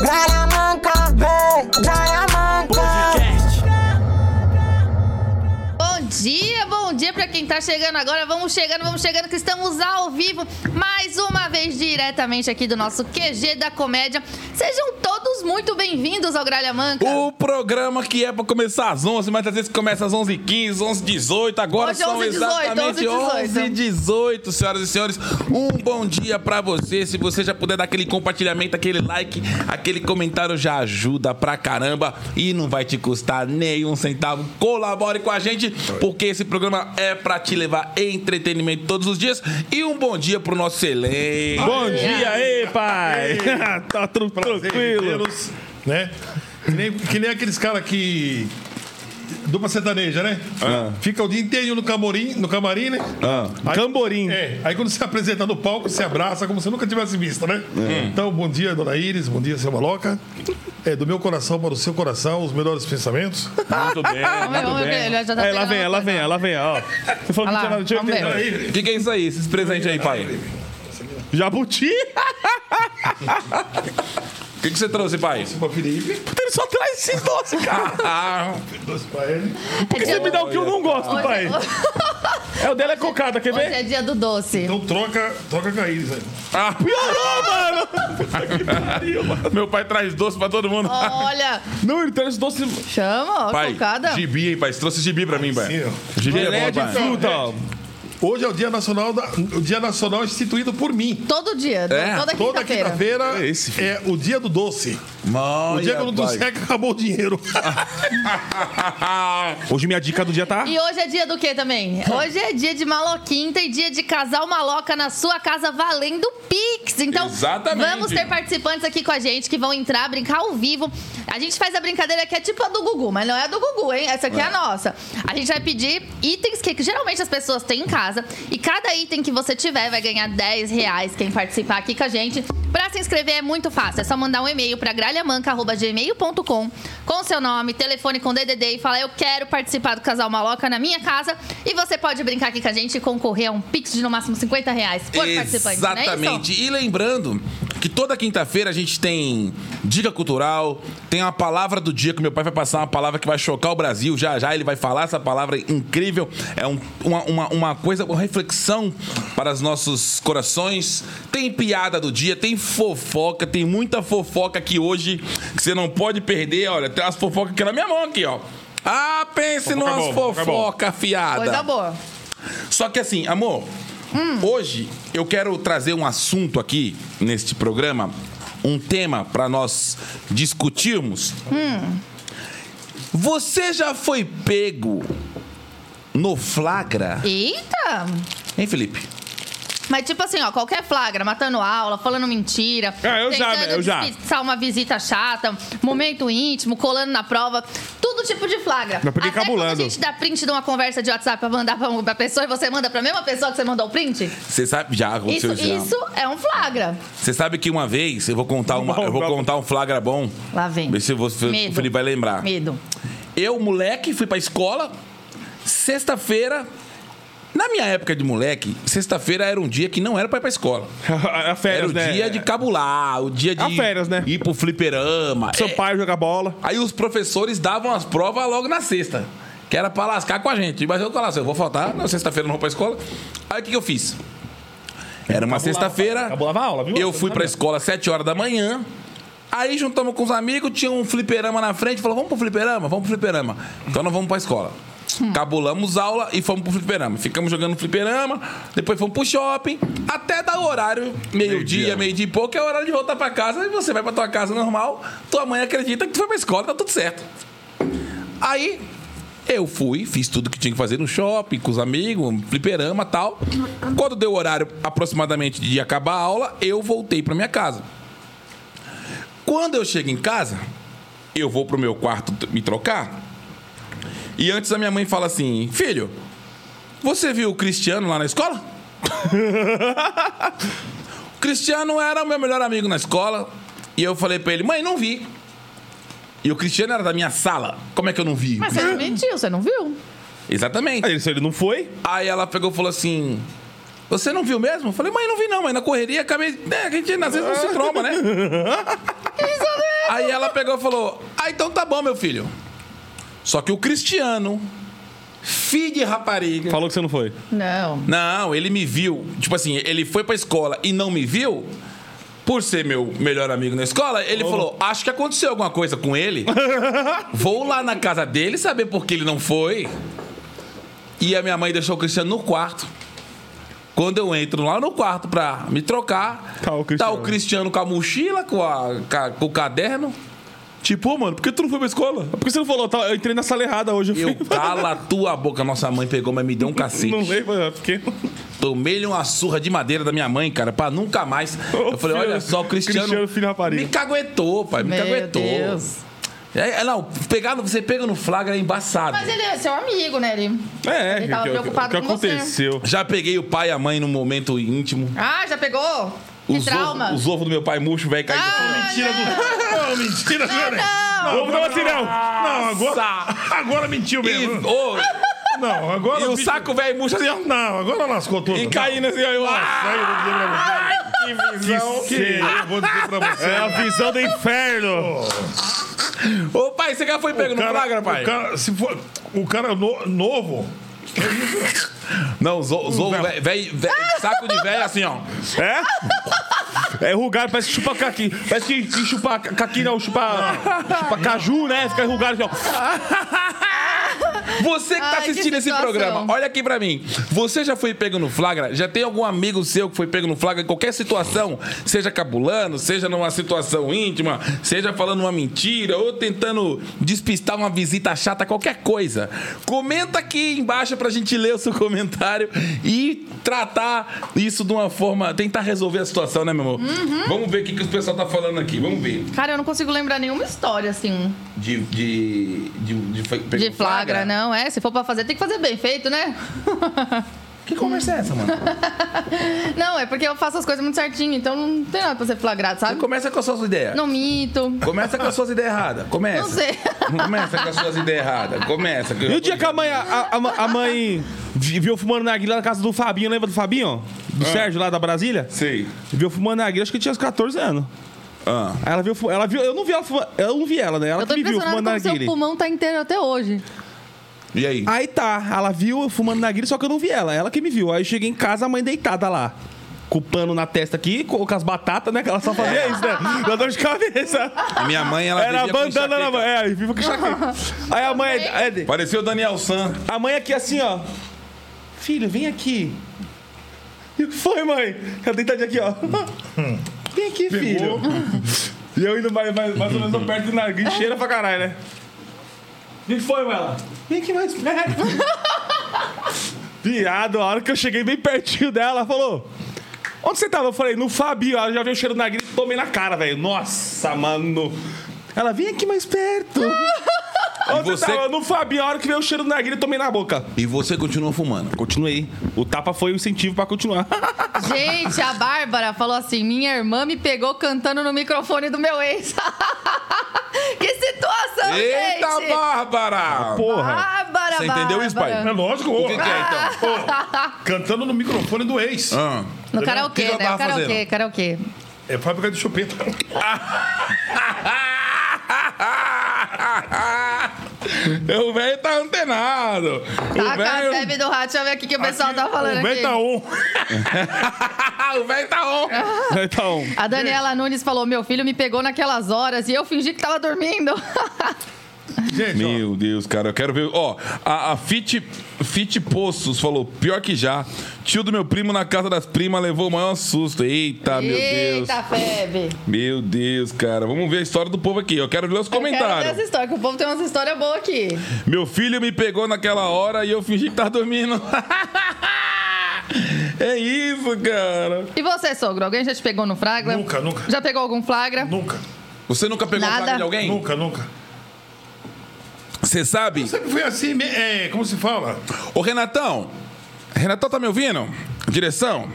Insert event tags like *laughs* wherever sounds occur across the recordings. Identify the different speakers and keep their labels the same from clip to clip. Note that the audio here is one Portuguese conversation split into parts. Speaker 1: Garamanca, vem, Garamanca.
Speaker 2: Bom dia, bom dia pra quem tá chegando agora. Vamos chegando, vamos chegando, que estamos ao vivo mais uma vez diretamente aqui do nosso QG da Comédia. Sejam todos muito bem-vindos ao Gralha Manca.
Speaker 3: O programa que é pra começar às 11, mas às vezes começa às 11h15, 11h18. Agora
Speaker 2: Hoje é
Speaker 3: são
Speaker 2: 11h18,
Speaker 3: exatamente
Speaker 2: 11h18.
Speaker 3: 11h18, senhoras e senhores. Um bom dia pra você. Se você já puder dar aquele compartilhamento, aquele like, aquele comentário já ajuda pra caramba e não vai te custar nenhum centavo. Colabore com a gente, porque esse programa é pra te levar entretenimento todos os dias. E um bom dia pro nosso elenco.
Speaker 4: Bom dia aí, pai! *laughs* tá tudo
Speaker 5: Prazer em
Speaker 4: tranquilo.
Speaker 5: vê-los, né? Que nem, que nem aqueles caras que. Dupla sertaneja, né?
Speaker 3: Ah.
Speaker 5: Fica o dia inteiro no camarim, no camarim né?
Speaker 3: Ah.
Speaker 5: Aí-
Speaker 4: Camborim.
Speaker 5: É, aí quando se apresenta no palco, se abraça como se nunca tivesse visto, né?
Speaker 3: É.
Speaker 5: Então, bom dia, dona Iris, bom dia, seu Maloca. É, do meu coração para o seu coração, os melhores pensamentos.
Speaker 4: *laughs*
Speaker 3: Muito bem,
Speaker 4: é,
Speaker 2: Vamos ver,
Speaker 3: muito
Speaker 2: vamos ver,
Speaker 3: bem.
Speaker 2: ele já tá
Speaker 4: Aí, lá
Speaker 2: pegando
Speaker 4: vem,
Speaker 2: uma
Speaker 4: lá
Speaker 2: coisa.
Speaker 4: vem, lá vem, ó. Você falou
Speaker 2: Olha lá,
Speaker 4: que não tinha
Speaker 2: vamos
Speaker 4: nada,
Speaker 2: ver.
Speaker 4: tinha
Speaker 3: O que, que é isso *laughs* aí? Esses presentes aí, pai.
Speaker 4: Jabuti? *laughs*
Speaker 3: O que, que você
Speaker 2: *laughs*
Speaker 3: trouxe, pai?
Speaker 5: Para Felipe,
Speaker 4: Ele só traz esses doce, cara.
Speaker 3: Ah,
Speaker 5: dois para ele.
Speaker 4: Por que você me dá o que eu não gosto,
Speaker 2: Hoje-
Speaker 4: pai? É o dela é cocada, quer
Speaker 2: Hoje
Speaker 4: *laughs* ver?
Speaker 2: é dia do doce.
Speaker 5: Então troca, troca com a Iris aí.
Speaker 3: ah,
Speaker 4: Piorou, mano!
Speaker 3: *laughs* meu pai traz doce pra todo mundo.
Speaker 2: Olha,
Speaker 4: *laughs* Não, ele traz doce.
Speaker 2: chama, ó,
Speaker 3: pai,
Speaker 2: cocada.
Speaker 3: gibi, hein, pai? Você trouxe gibi pra mim, pai.
Speaker 5: Sim,
Speaker 3: Gibi é
Speaker 4: Gelé
Speaker 3: bom,
Speaker 4: de
Speaker 3: pai.
Speaker 4: fruta, ó.
Speaker 5: Hoje é o Dia Nacional, da, o Dia Nacional instituído por mim.
Speaker 2: Todo dia, né?
Speaker 3: É,
Speaker 2: toda
Speaker 5: Toda
Speaker 2: quinta-feira.
Speaker 4: É
Speaker 5: quinta-feira
Speaker 4: esse, filho.
Speaker 5: é o Dia do Doce. O dia que eu não trouxe é que acabou o
Speaker 2: *laughs*
Speaker 5: dinheiro.
Speaker 4: Hoje minha dica do dia tá.
Speaker 2: E hoje é dia do que
Speaker 4: *laughs*
Speaker 2: também? Hoje é dia de maloquinta e dia de casal maloca na sua casa valendo Pix. Então,
Speaker 3: Exatamente.
Speaker 2: vamos ter participantes aqui com a gente que vão entrar, brincar ao vivo. A gente faz a brincadeira que é tipo a do Gugu, mas não é a do Gugu, hein? Essa aqui é, a nossa. A gente vai pedir itens que geralmente as pessoas têm em casa. E cada item que você tiver vai ganhar 10 reais quem participar aqui com a gente. Pra se inscrever é muito fácil. É só mandar um e-mail pra gralhamanca.gmail.com com seu nome, telefone com DDD e falar eu quero participar do Casal Maloca na minha casa. E você pode brincar aqui com a gente e concorrer a um pix de no máximo 50 reais por participante, não é isso?
Speaker 3: Exatamente. E lembrando que toda quinta-feira a gente tem dica cultural, tem a palavra do dia que meu pai vai passar, uma palavra que vai chocar o Brasil. Já já ele vai falar essa palavra incrível. É um- uma, uma, uma coisa, uma reflexão para os nossos corações. Tem piada do dia, tem fofoca, tem muita fofoca aqui hoje que você não pode perder. Olha, tem umas fofocas aqui na minha mão aqui, ó. Ah, pense
Speaker 4: Fofoca é
Speaker 3: numas
Speaker 4: bom, fofoca é bom.
Speaker 3: fofoca fiada.
Speaker 2: Coisa boa.
Speaker 3: Só que assim, amor, hoje eu quero trazer um assunto aqui neste programa, um tema para nós discutirmos. Você já foi pego no flagra?
Speaker 2: Eita!
Speaker 3: Hein, Felipe?
Speaker 2: Mas tipo assim, ó, qualquer flagra, matando aula, falando mentira,
Speaker 4: Ah, eu já,
Speaker 2: tentando
Speaker 4: eu já.
Speaker 2: disfarçar uma visita chata, momento íntimo, colando na prova, todo tipo de flagra.
Speaker 4: Eu peguei
Speaker 2: Até
Speaker 4: cabulando.
Speaker 2: quando a gente dá print de uma conversa de WhatsApp pra mandar pra, pra pessoa e você manda pra mesma pessoa que você mandou o print?
Speaker 3: Você sabe, já
Speaker 2: Isso,
Speaker 3: aconteceu já.
Speaker 2: isso é um flagra.
Speaker 3: Você sabe que uma vez eu vou contar uma,
Speaker 4: Bom,
Speaker 3: eu vou
Speaker 4: bom.
Speaker 3: contar um flagra bom.
Speaker 2: Lá vem.
Speaker 3: Vê se você,
Speaker 2: Medo.
Speaker 3: o Felipe vai lembrar.
Speaker 2: Medo.
Speaker 3: Eu, moleque, fui pra escola. Sexta-feira, na minha época de moleque, sexta-feira era um dia que não era pra ir pra escola.
Speaker 4: A
Speaker 3: Era
Speaker 4: férias,
Speaker 3: o
Speaker 4: né?
Speaker 3: dia de cabular, o dia de
Speaker 4: A férias, né?
Speaker 3: ir pro fliperama.
Speaker 4: Seu
Speaker 3: É.
Speaker 4: pai joga bola.
Speaker 3: Aí os professores davam as provas logo na sexta, que era pra lascar com a gente. Mas eu falava assim, eu vou faltar, na sexta-feira eu não vou pra escola. Aí o que, que eu fiz? Era uma sexta-feira,
Speaker 4: Cabulava a aula, viu?
Speaker 3: eu fui pra escola às 7 horas da manhã. Aí juntamos com os amigos, tinha um fliperama na frente, falou: vamos pro fliperama, vamos pro fliperama. Então nós vamos pra escola. Cabulamos aula e fomos pro fliperama. Ficamos jogando fliperama, depois fomos pro shopping, até dar o horário, meio-dia, meio-dia e pouco, é o horário de voltar pra casa. E você vai pra tua casa normal, tua mãe acredita que tu foi pra escola, tá tudo certo. Aí eu fui, fiz tudo que tinha que fazer no shopping, com os amigos, um fliperama e tal. Quando deu o horário aproximadamente de acabar a aula, eu voltei pra minha casa. Quando eu chego em casa, eu vou pro meu quarto t- me trocar. E antes a minha mãe fala assim: Filho, você viu o Cristiano lá na escola? *laughs* o Cristiano era o meu melhor amigo na escola. E eu falei pra ele: Mãe, não vi. E o Cristiano era da minha sala. Como é que eu não vi? *laughs*
Speaker 2: Mas você mentiu, você não viu?
Speaker 3: Exatamente.
Speaker 4: Aí ele, se ele não foi,
Speaker 3: Aí ela pegou e falou assim: Você não viu mesmo? Eu falei, mãe, não vi não, mas na correria acabei. É, a gente às vezes não se tromba, né? Aí ela pegou e falou: Ah, então tá bom, meu filho. Só que o Cristiano, filho de rapariga.
Speaker 4: Falou que você não foi.
Speaker 2: Não.
Speaker 3: Não, ele me viu. Tipo assim, ele foi pra escola e não me viu. Por ser meu melhor amigo na escola, ele falou: Acho que aconteceu alguma coisa com
Speaker 4: *laughs*
Speaker 3: ele. Vou lá na casa dele saber por que ele não foi. E a minha mãe deixou o Cristiano no quarto. Quando eu entro lá no quarto pra me trocar,
Speaker 4: Tá o Cristiano.
Speaker 3: tá o Cristiano com a mochila, com, a- ca- com o caderno.
Speaker 4: Tipo, ô, mano, por que tu não foi pra escola? Por que você não falou? Tá, eu entrei na sala errada hoje. *laughs*
Speaker 3: Eu
Speaker 4: fui-
Speaker 3: cala a tua boca. Nossa mãe pegou, mas me
Speaker 4: *laughs*
Speaker 3: deu um cacete.
Speaker 4: Não lembro, eu fiquei.
Speaker 3: Tomei-lhe uma surra de madeira da minha mãe, cara, pra nunca mais.
Speaker 4: Ô,
Speaker 3: eu falei,
Speaker 4: filho,
Speaker 3: olha só, o Cristiano.
Speaker 4: Cristiano, filho rapariga.
Speaker 3: Me caguetou, pai, me
Speaker 2: Meu
Speaker 3: caguetou.
Speaker 2: Deus.
Speaker 3: É, é, não, pegar no- você pega no flagra é embaçado.
Speaker 2: Mas ele é seu amigo, né? Ele...
Speaker 4: É,
Speaker 2: Ele tava
Speaker 4: que- que-
Speaker 2: preocupado
Speaker 4: que
Speaker 2: com você.
Speaker 4: aconteceu?
Speaker 3: Já peguei o pai e a mãe num momento íntimo.
Speaker 2: Ah, já pegou? Que
Speaker 3: os,
Speaker 2: trauma.
Speaker 3: Ovos, os ovos do meu pai murcho, velho, caindo.
Speaker 2: Ah,
Speaker 5: Mentira do. Não, mentira, né? não,
Speaker 2: não.
Speaker 4: Vamos dar uma tirão!
Speaker 5: assim, Não, agora.
Speaker 3: Nossa.
Speaker 5: Agora mentiu
Speaker 3: E,
Speaker 5: mesmo.
Speaker 3: ô,
Speaker 5: Não, agora.
Speaker 3: e o
Speaker 5: bicho-
Speaker 3: saco velho murcho assim, ó.
Speaker 5: Não, agora lascou tudo.
Speaker 3: E caindo assim, ó. eu, ah,
Speaker 5: Sai, eu vou dizer pra você. Que cena, eu vou dizer pra você.
Speaker 4: É a visão do inferno!
Speaker 3: Ô, pai, você já foi pego no flagra, pai?
Speaker 5: O cara, se for, o cara no- novo,
Speaker 3: Não, os o- os ovos, velho, velho, velho, saco de velho assim, ó.
Speaker 4: É? É enrugado, parece que chupa caqui. Parece que, que chupa ca- caqui, não, chupa, chupa caju, né? Fica enrugado assim, ó.
Speaker 3: Você que tá
Speaker 2: Ai, que
Speaker 3: assistindo esse
Speaker 2: situação.
Speaker 3: programa, olha aqui pra mim. Você já foi pego no flagra? Já tem algum amigo seu que foi pego no flagra em qualquer situação? Seja cabulando, seja numa situação íntima, seja falando uma mentira ou tentando despistar uma visita chata, qualquer coisa. Comenta aqui embaixo pra gente ler o seu comentário e tratar isso de uma forma, tentar resolver a situação, né, meu amor?
Speaker 2: Uhum.
Speaker 3: Vamos ver o que, que o pessoal tá falando aqui. Vamos ver.
Speaker 2: Cara, eu não consigo lembrar nenhuma história, assim,
Speaker 3: De de de, de, fe- pego
Speaker 2: de
Speaker 3: no
Speaker 2: flagra, não é? Se for pra fazer, tem que fazer bem feito, né? *laughs*
Speaker 3: Que conversa é essa, mano?
Speaker 2: Não, é porque eu faço as coisas muito certinho, então não tem nada pra ser flagrado, sabe?
Speaker 3: Começa com as suas ideias.
Speaker 2: Não minto.
Speaker 3: Começa com as suas ideias erradas. Começa.
Speaker 2: Não sei.
Speaker 3: Começa com as suas ideias erradas. Começa.
Speaker 4: E o dia que a mãe, a, a ma- a mãe vi- viu eu fumando na guia lá na casa do Fabinho, lembra do Fabinho? Do Sérgio lá da Brasília?
Speaker 3: Sei.
Speaker 4: Viu eu fumando na guia, acho que eu tinha uns 14 anos.
Speaker 3: Ah.
Speaker 4: Aí ela viu, fu- ela viu, eu não vi ela fumando, eu não vi ela, né?
Speaker 3: é
Speaker 4: Ela
Speaker 2: Eu tô
Speaker 4: que me viu
Speaker 2: impressionada
Speaker 4: fumando
Speaker 2: como
Speaker 4: na
Speaker 2: seu
Speaker 4: guia.
Speaker 2: pulmão tá inteiro até hoje.
Speaker 3: E aí?
Speaker 4: Aí tá, ela viu eu fumando na guia, só que eu não vi ela, ela que me viu. Aí eu cheguei em casa, a mãe deitada lá. Com o pano na testa aqui, com, com as batatas, né? Que ela só fazia isso, né? *laughs* Dá dor de cabeça.
Speaker 3: E minha mãe, ela
Speaker 4: Era a
Speaker 3: vivia com
Speaker 4: bandana na
Speaker 3: enxaqueca.
Speaker 4: mão. É, aí viva com enxaqueca. Aí a mãe. é,
Speaker 3: Parecia o Daniel San.
Speaker 4: A mãe aqui assim, ó. Filho, vem aqui. E o que foi, mãe? Ela deitadinha aqui, *laughs* ó. Vem aqui, filho.
Speaker 5: pegou.
Speaker 4: E eu indo mais, mais, mais ou menos perto do nariz, cheira pra caralho, né? E o que foi, mãe? Ela? Vem aqui *laughs* mais perto. Viado, a hora que eu cheguei bem pertinho dela, ela falou. Onde você tava? Eu falei, no Fabio. Ela já veio o cheiro do nariz e tomei na cara, velho. Nossa, mano. Ela, vem aqui mais *laughs* perto. Onde
Speaker 3: você-
Speaker 4: você tava? No Fabinho, a hora que veio o cheiro do narguilha, eu tomei na boca.
Speaker 3: E você continua fumando.
Speaker 4: Continuei. O tapa foi o incentivo pra continuar.
Speaker 2: Gente, a Bárbara falou assim: minha irmã me pegou cantando no microfone do meu ex. *laughs* que situação, *laughs*
Speaker 3: Eita,
Speaker 2: gente!
Speaker 4: Ah,
Speaker 3: Bárbara!
Speaker 4: Porra.
Speaker 2: Bárbara,
Speaker 3: Você entendeu isso, pai?
Speaker 5: é
Speaker 2: Bárbara.
Speaker 5: lógico.
Speaker 3: O que, que é, então?
Speaker 5: Cantando no microfone do ex.
Speaker 3: Ah.
Speaker 2: *laughs* No
Speaker 5: O
Speaker 2: karaokê,
Speaker 3: que que ela
Speaker 2: né?
Speaker 3: tava
Speaker 2: Karaokê,
Speaker 3: fazendo?
Speaker 2: karaokê.
Speaker 5: É fábrica de chupeta.
Speaker 3: Ah. *laughs* o velho tá antenado.
Speaker 2: Tá
Speaker 3: o
Speaker 2: com a
Speaker 3: velho um.
Speaker 2: sebe do rato, deixa eu ver aqui o que o pessoal tá falando
Speaker 5: o
Speaker 2: aqui.
Speaker 5: velho tá
Speaker 4: um.
Speaker 5: on.
Speaker 3: o velho tá on.
Speaker 4: Então,
Speaker 2: A Daniela Nunes falou: meu filho me pegou naquelas horas e eu fingi que tava dormindo. *laughs*
Speaker 5: Gente, ó,
Speaker 3: Meu Deus, cara, eu quero ver. Ó, a, a Fit, Fit Poços falou: pior que já. Tio do meu primo na casa das primas levou o maior susto. Eita, Ah, meu Deus.
Speaker 2: Eita, Febe.
Speaker 3: Meu Deus, cara. Vamos ver a história do povo aqui. Eu quero ler os
Speaker 2: Eu quero ver essa
Speaker 3: comentários.
Speaker 2: história, que o povo tem umas histórias boas aqui.
Speaker 3: Meu filho me pegou naquela hora e eu fingi que tava dormindo. *laughs* é isso, cara.
Speaker 2: E você, sogro? Alguém já te pegou no flagra?
Speaker 5: Nunca, nunca.
Speaker 2: Já pegou algum flagra?
Speaker 5: nunca,
Speaker 3: Você nunca pegou
Speaker 2: Nada.
Speaker 3: o flagra de alguém?
Speaker 5: nunca, nunca.
Speaker 3: Você sabe?
Speaker 5: Sempre foi assim, me- é, como se fala?
Speaker 3: Ô, Renatão. Renatão, tá me ouvindo? Direção?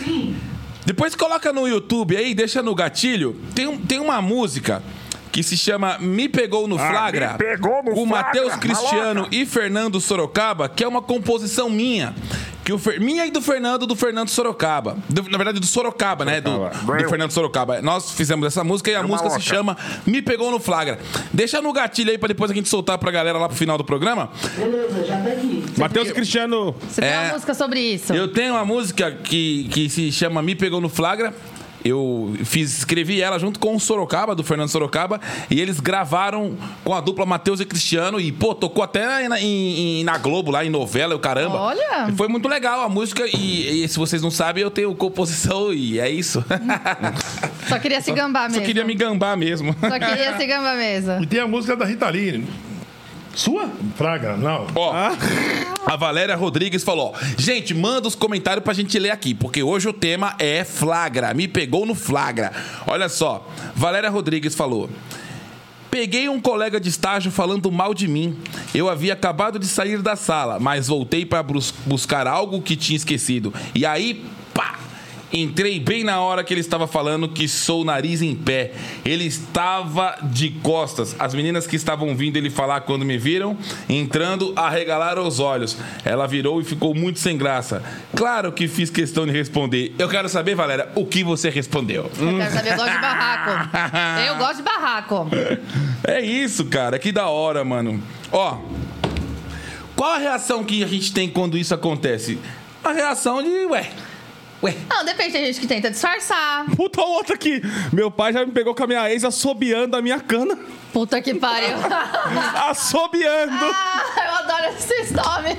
Speaker 3: Sim. Depois coloca no YouTube aí, deixa no gatilho. Tem, um- tem uma música que se chama Me Pegou no Flagra.
Speaker 6: Ah, Me Pegou no
Speaker 3: Com
Speaker 6: Flagra,
Speaker 3: Matheus Cristiano e Fernando Sorocaba, que é uma composição minha. Que o Fer... Minha e do Fernando, do Fernando Sorocaba. Do- na verdade, do Sorocaba, né? Do,
Speaker 6: Vai.
Speaker 3: do Fernando Sorocaba. Nós fizemos essa música e a
Speaker 6: Era uma
Speaker 3: música se
Speaker 6: louca.
Speaker 3: chama Me Pegou no Flagra. Deixa no gatilho aí pra depois a gente soltar pra galera lá pro final do programa.
Speaker 7: Beleza, já tá aqui.
Speaker 4: Matheus Cristiano.
Speaker 2: Você tem
Speaker 3: É.
Speaker 2: uma música sobre isso.
Speaker 3: Eu tenho uma música que, que se chama Me Pegou no Flagra. Eu fiz, escrevi ela junto com o Sorocaba, do Fernando Sorocaba, e eles gravaram com a dupla Matheus e Cristiano, e, pô, tocou até na, em- em- na Globo, lá em novela, o caramba.
Speaker 2: Olha!
Speaker 3: E Foi muito legal a música, e, e se vocês não sabem, eu tenho composição, e é isso.
Speaker 2: Só queria se gambar Hum, tá mesmo.
Speaker 3: *laughs* Só queria me gambar
Speaker 2: *laughs*
Speaker 3: mesmo.
Speaker 2: Só queria se gambar mesmo.
Speaker 5: E tem a música da Rita Lee. Sua? Fraga, não.
Speaker 3: Ó, a Valéria Rodrigues falou: ó, gente, manda os comentários pra gente ler aqui, porque hoje o tema é flagra. Me pegou no flagra. Olha só, Valéria Rodrigues falou. Peguei um colega de estágio falando mal de mim. Eu havia acabado de sair da sala, mas voltei para buscar algo que tinha esquecido. E aí, pá! Entrei bem na hora que ele estava falando que sou nariz em pé. Ele estava de costas. As meninas que estavam vindo ele falar quando me viram, entrando, arregalaram os olhos. Ela virou e ficou muito sem graça. Claro que fiz questão de responder. Eu quero saber, Valéria, o que você respondeu.
Speaker 2: Eu quero saber, eu gosto de
Speaker 3: *laughs*
Speaker 2: barraco. Eu gosto de barraco.
Speaker 3: É isso, cara. Que da hora, mano. Ó, qual a reação que a gente tem quando isso acontece? A reação de, ué, ué.
Speaker 2: Não, depende, tem gente que tenta disfarçar.
Speaker 4: Puta o outro aqui. Meu pai já me pegou com a minha ex assobiando a minha cana.
Speaker 2: Puta que pariu. *laughs*
Speaker 4: Assobiando.
Speaker 2: Ah, eu adoro esses nomes.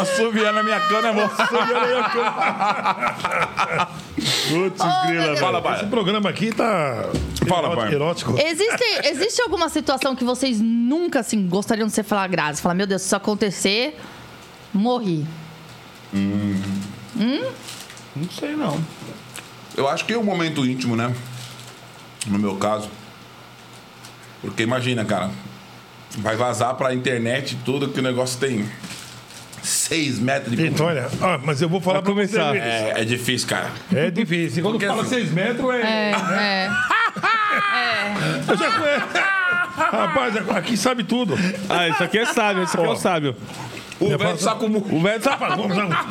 Speaker 3: Assobiar na minha cana, amor.
Speaker 5: Putz,
Speaker 2: Oh, meu
Speaker 5: grila.
Speaker 2: Deus.
Speaker 3: Fala, Baia.
Speaker 5: Esse programa aqui tá
Speaker 3: Fala,
Speaker 5: eró-
Speaker 3: Baia.
Speaker 2: *laughs*
Speaker 5: erótico.
Speaker 2: Existe, existe alguma situação que vocês nunca, assim, gostariam de ser flagrados? Falar, meu Deus, se isso acontecer, morri.
Speaker 4: Não sei não.
Speaker 6: Eu acho que é um momento íntimo, né? No meu caso.
Speaker 3: Porque imagina, cara. Vai vazar pra internet tudo que o negócio tem. 6 metros de...
Speaker 5: Então, olha, ah, mas eu vou falar
Speaker 4: Vai começar.
Speaker 5: vocês.
Speaker 3: É, é difícil, cara.
Speaker 5: É difícil. Quando
Speaker 3: Porque
Speaker 5: fala
Speaker 3: assim-
Speaker 5: 6 metros, é.
Speaker 2: É, é.
Speaker 5: Eu já conheço. *laughs* Rapaz, aqui sabe tudo. *laughs*
Speaker 4: Ah, isso aqui é sábio, isso aqui é o sábio.
Speaker 3: O velho saco mu-
Speaker 4: O velho tá
Speaker 5: Rapaz, vamos lá.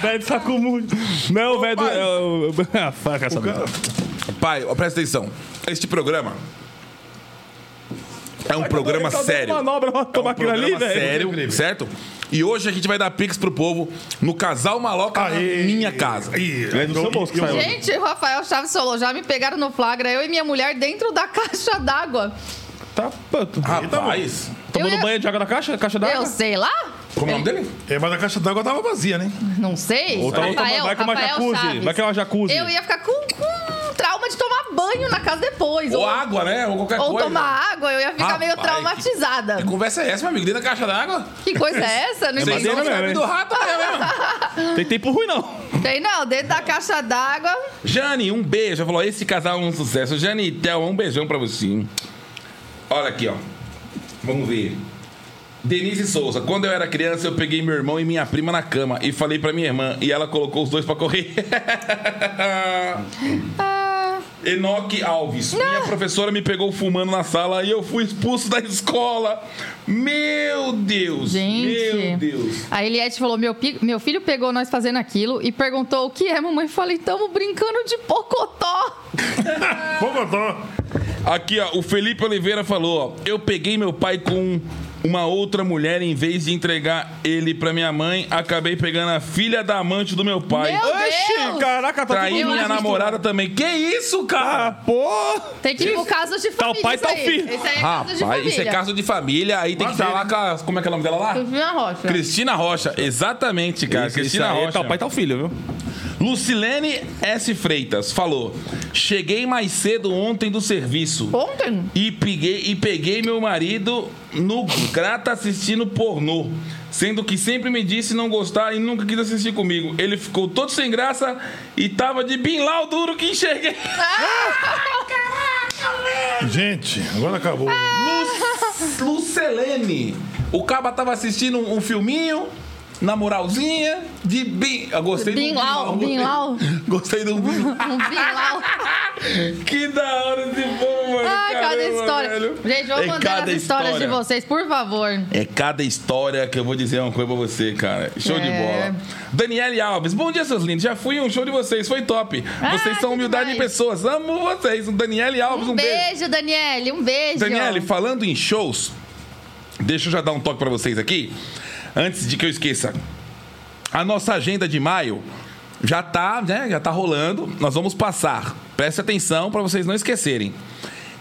Speaker 4: velho sacou muito. Não, o velho. do- é, o- *laughs* Ah, faca essa merda.
Speaker 3: é um Pai, ó, presta atenção. Este programa... É um programa
Speaker 4: Ele tá dando
Speaker 3: sério. É um
Speaker 4: manobra pra tomar aquilo ali,
Speaker 3: programa
Speaker 4: velho.
Speaker 3: sério,
Speaker 5: Incrível.
Speaker 3: certo? E hoje a gente vai dar pix pro povo no Casal Maloca na
Speaker 5: Aê.
Speaker 3: minha casa.
Speaker 5: Ih,
Speaker 4: É do seu bolso que
Speaker 2: *laughs*
Speaker 4: saiu.
Speaker 2: Gente, o Rafael Chaves falou, já me pegaram no flagra, eu e minha mulher dentro da *laughs* caixa d'água.
Speaker 4: Tá, pô, tu-
Speaker 3: Ah, Rapaz,
Speaker 4: tomando
Speaker 2: Eu ia-
Speaker 4: banho de água na caixa? Caixa
Speaker 2: Eu
Speaker 4: d'água? Tá
Speaker 2: sei lá?
Speaker 3: como é o nome dele?
Speaker 5: É, mas a caixa d'água tava vazia, né?
Speaker 2: Não sei.
Speaker 4: Ou tá- ou toma- vai com uma jacuzzi, vai que é uma jacuzzi.
Speaker 2: Eu ia ficar com, com trauma de tomar banho na casa depois.
Speaker 3: Ou água, né? Ou qualquer
Speaker 2: ou
Speaker 3: coisa.
Speaker 2: tomar água, eu ia ficar meio
Speaker 3: Rapaz,
Speaker 2: traumatizada.
Speaker 3: Que conversa é essa, meu amigo? Dentro da caixa d'água?
Speaker 2: Que coisa é essa? Não
Speaker 3: Vocês
Speaker 2: entendi.
Speaker 4: madeira
Speaker 3: são
Speaker 4: mesmo,
Speaker 3: febre
Speaker 4: hein?
Speaker 3: do rato né, mesmo?
Speaker 4: Tem tempo ruim, não.
Speaker 2: Tem não, dentro da caixa d'água.
Speaker 3: Jane, um beijo. Ela Falou, esse casal é um sucesso. Jane e Thelma, um beijão pra você. Olha aqui, ó. Vamos ver. Denise Souza, quando eu era criança, eu peguei meu irmão e minha prima na cama e falei pra minha irmã, e ela colocou os dois pra correr. Enoque Alves, minha professora me pegou fumando na sala e eu fui expulso da escola. Meu Deus!
Speaker 2: Gente.
Speaker 3: Meu Deus!
Speaker 2: A Eliette falou: meu, pi- meu filho pegou nós fazendo aquilo e perguntou o que é, mamãe. Falei: tamo brincando de pocotó.
Speaker 5: Bogotó.
Speaker 3: Aqui, ó, o Felipe Oliveira falou, ó, eu peguei meu pai com uma outra mulher em vez de entregar ele pra minha mãe, acabei pegando a filha da amante do meu pai.
Speaker 2: Meu
Speaker 4: Oxi,
Speaker 2: Deus!
Speaker 4: caraca, tá
Speaker 3: Traí
Speaker 4: tudo
Speaker 3: minha
Speaker 4: misturado.
Speaker 3: namorada também. Que isso,
Speaker 4: Ah,
Speaker 3: cara?
Speaker 4: pô!
Speaker 2: Tem que ir pro caso de
Speaker 4: Tá o
Speaker 2: família.
Speaker 4: pai,
Speaker 2: isso
Speaker 4: tá o
Speaker 2: aí.
Speaker 4: filho.
Speaker 2: Esse aí é caso de
Speaker 3: Rapaz,
Speaker 2: família.
Speaker 3: isso é caso de família. Aí tem que estar lá com a, Como é que é o nome dela lá?
Speaker 2: Cristina Rocha.
Speaker 3: Cristina Rocha. Exatamente, cara.
Speaker 4: Isso, isso
Speaker 3: Cristina
Speaker 4: aí,
Speaker 3: Rocha.
Speaker 4: Tá o pai, tá o filho, viu?
Speaker 3: Lucilene S. Freitas falou: Cheguei mais cedo ontem do serviço.
Speaker 2: Ontem?
Speaker 3: E peguei, e peguei meu marido no grata assistindo pornô. Sendo que sempre me disse não gostar e nunca quis assistir comigo. Ele ficou todo sem graça e tava de bim lá o duro que enxerguei.
Speaker 5: Gente, agora acabou.
Speaker 3: Lu- Lucelene. O Caba tava assistindo um, um filminho. na moralzinha, de bim. Eu gostei
Speaker 2: Bim
Speaker 3: do
Speaker 2: lau, bim lau.
Speaker 3: *laughs* Gostei do
Speaker 2: *laughs*
Speaker 3: bim.
Speaker 2: Um
Speaker 4: *laughs*
Speaker 2: bilau.
Speaker 4: Que da hora de bom, mano.
Speaker 2: Ai, cada
Speaker 4: Caramba,
Speaker 2: história.
Speaker 4: velho.
Speaker 2: Gente, vamos
Speaker 3: É
Speaker 2: mandar
Speaker 3: cada
Speaker 2: as histórias de
Speaker 3: história.
Speaker 2: vocês, por favor.
Speaker 3: É cada história que eu vou dizer uma coisa pra você, cara. Show de
Speaker 2: É.
Speaker 3: bola. Daniele Alves. Bom dia, seus lindos. Já fui em um show de vocês. Foi top.
Speaker 2: Ah,
Speaker 3: vocês
Speaker 2: que
Speaker 3: são humildade de
Speaker 2: demais.
Speaker 3: pessoas. Amo vocês. Daniele Alves, um,
Speaker 2: Um
Speaker 3: beijo.
Speaker 2: beijo, Daniele. Um beijo.
Speaker 3: Daniele, falando em shows, deixa eu já dar um toque pra vocês aqui. Antes de que eu esqueça. A nossa agenda de maio já tá, né? Já tá rolando. Nós vamos passar. Preste atenção pra vocês não esquecerem.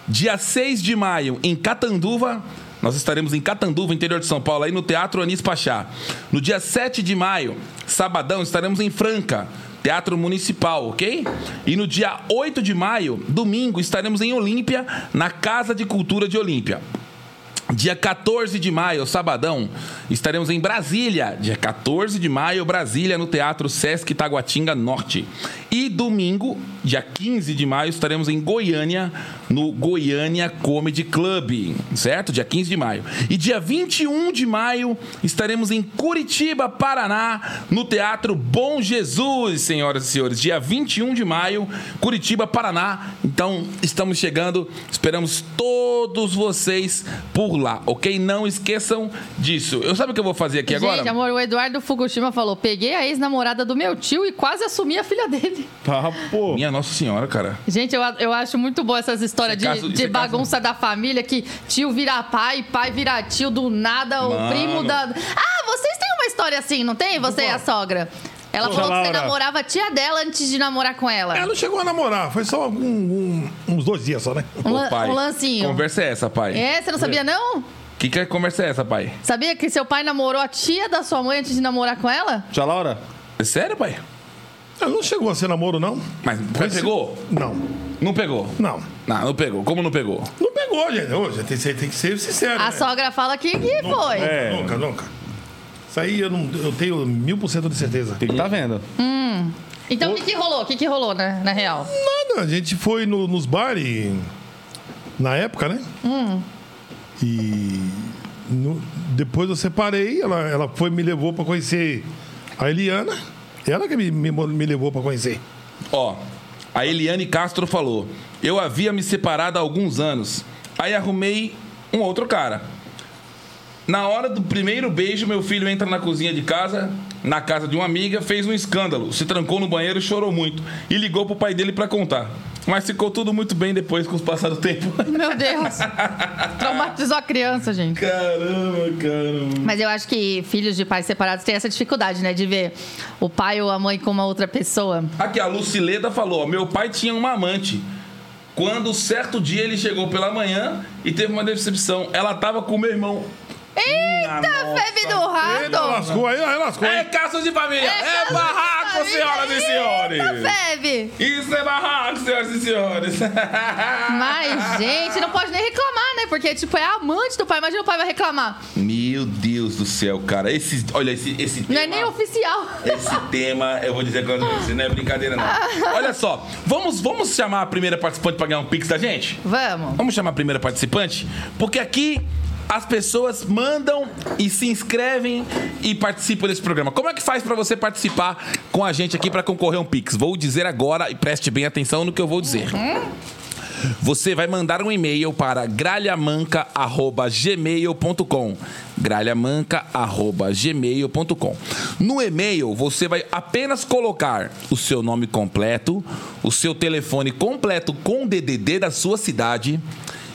Speaker 3: Dia 6 de maio, em Catanduva. Nós estaremos em Catanduva, interior de São Paulo, aí no Teatro Anis Pachá. No dia 7 de maio, sabadão, estaremos em Franca, Teatro Municipal, ok? E no dia 8 de maio, domingo, estaremos em Olímpia, na Casa de Cultura de Olímpia. Dia 14 de maio, sabadão, estaremos em Brasília. Dia 14 de maio, Brasília, no Teatro Sesc Taguatinga Norte. E domingo, dia 15 de maio, estaremos em Goiânia, no Goiânia Comedy Club, certo? Dia 15 de maio. E um dia 21 de maio, estaremos em Curitiba, Paraná, no Teatro Bom Jesus, senhoras e senhores. Dia 21 de maio, Curitiba, Paraná. Então, estamos chegando, esperamos todos vocês por lá, ok? Não esqueçam disso. Eu sabe o que eu vou fazer aqui agora?
Speaker 2: Gente, amor, o Eduardo Fukushima falou: peguei a ex-namorada do meu tio e quase assumi a filha dele.
Speaker 4: Papo.
Speaker 3: Minha Nossa Senhora, cara.
Speaker 2: Gente, eu, a- eu acho muito boa essas histórias
Speaker 3: Isso é
Speaker 2: de,
Speaker 3: caso-
Speaker 2: de
Speaker 3: isso é caso-
Speaker 2: bagunça da família, que tio vira pai, pai vira tio, do nada, o
Speaker 3: Mano.
Speaker 2: primo da. Ah, vocês têm uma história assim, não tem? Você e a sogra. Ela
Speaker 4: Porra,
Speaker 2: falou que você
Speaker 4: Laura.
Speaker 2: namorava a tia dela antes de namorar com ela.
Speaker 5: Ela É, não chegou a namorar, foi só algum- um- uns dois dias só, né?
Speaker 2: Um,
Speaker 3: Ô,
Speaker 2: lan-
Speaker 3: pai,
Speaker 2: um lancinho.
Speaker 3: Conversa é essa, pai?
Speaker 2: É, você não sabia, não?
Speaker 3: Que, que conversa é essa, pai?
Speaker 2: Sabia que seu pai namorou a tia da sua mãe antes de namorar com ela?
Speaker 4: Tia Laura?
Speaker 3: É Sério, pai?
Speaker 5: Ela É, não chegou a ser namoro, não?
Speaker 3: Mas mas pegou?
Speaker 5: Não,
Speaker 3: Não pegou?
Speaker 5: não.
Speaker 3: Não, não pegou. Como não pegou?
Speaker 5: Não pegou, gente. Hoje tem, que- tem que ser sincero.
Speaker 3: É.
Speaker 2: A
Speaker 5: né?
Speaker 2: sogra fala que, que foi.
Speaker 4: É.
Speaker 5: Nunca, nunca. Isso aí eu, não, eu tenho mil por cento de certeza.
Speaker 4: Tem que tá vendo.
Speaker 2: Então o que, que rolou? O que, que rolou, né? Na real.
Speaker 5: Nada, a gente foi no- nos bares na época, né?
Speaker 2: Hum.
Speaker 5: E no- depois eu separei, ela, ela foi me levou pra conhecer a Eliana. Ela que me, me, me levou pra conhecer.
Speaker 3: Ó, a Eliane Castro falou: Eu havia me separado há alguns anos. Aí arrumei um outro cara. Na hora do primeiro beijo, meu filho entra na cozinha de casa, na casa de uma amiga, fez um escândalo, se trancou no banheiro, chorou muito e ligou pro pai dele pra contar. Mas ficou tudo muito bem depois com o passar do tempo. *laughs*
Speaker 2: Meu Deus. Traumatizou a criança, gente.
Speaker 3: Caramba, caramba.
Speaker 2: Mas eu acho que filhos de pais separados têm essa dificuldade, né? De ver o pai ou a mãe com uma outra pessoa.
Speaker 3: Aqui, a Lucileda falou: ó, meu pai tinha uma amante. Quando certo dia ele chegou pela manhã e teve uma decepção. Ela tava com o meu irmão.
Speaker 2: Eita, febre do
Speaker 5: Ele
Speaker 2: rato!
Speaker 5: lascou, aí ela lascou.
Speaker 3: É caça de família! É,
Speaker 2: caso de
Speaker 3: barraco,
Speaker 2: família.
Speaker 3: senhoras e senhores!
Speaker 2: Eita, febre!
Speaker 3: Isso é barraco, senhoras e senhores! *laughs*
Speaker 2: Mas, gente, não pode nem reclamar, né? Porque, tipo, é a amante do pai. Imagina o pai vai reclamar.
Speaker 3: Meu Deus do céu, cara. Esse, olha, esse, esse
Speaker 2: Não
Speaker 3: tema.
Speaker 2: é nem oficial.
Speaker 3: Esse tema, eu vou dizer quando você não é
Speaker 2: *laughs*
Speaker 3: brincadeira, não. Olha só, vamos, vamos chamar a primeira participante pra ganhar um pix da gente?
Speaker 2: Vamos.
Speaker 3: Vamos chamar a primeira participante? Porque aqui as pessoas mandam e se inscrevem e participam desse programa. Como é que faz pra você participar com a gente aqui pra concorrer a um Pix? Vou dizer agora e preste bem atenção no que eu vou dizer. Você vai mandar um e-mail para gralhamanca.gmail.com gralhamanca.gmail.com No e-mail, você vai apenas colocar o seu nome completo, o seu telefone completo com DDD da sua cidade,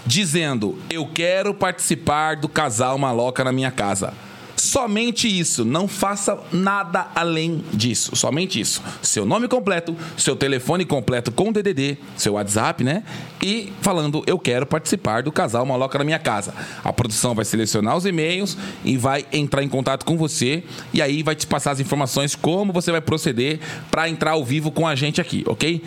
Speaker 3: dizendo, eu quero participar do Casal Maloca na minha casa. Somente isso, não faça nada além disso. Somente isso. Seu nome completo, seu telefone completo com DDD, seu WhatsApp, né? E falando, eu quero participar do casal Maloca na minha casa. A produção vai selecionar os e-mails e vai entrar em contato com você e aí vai te passar as informações como você vai proceder para entrar ao vivo com a gente aqui, ok?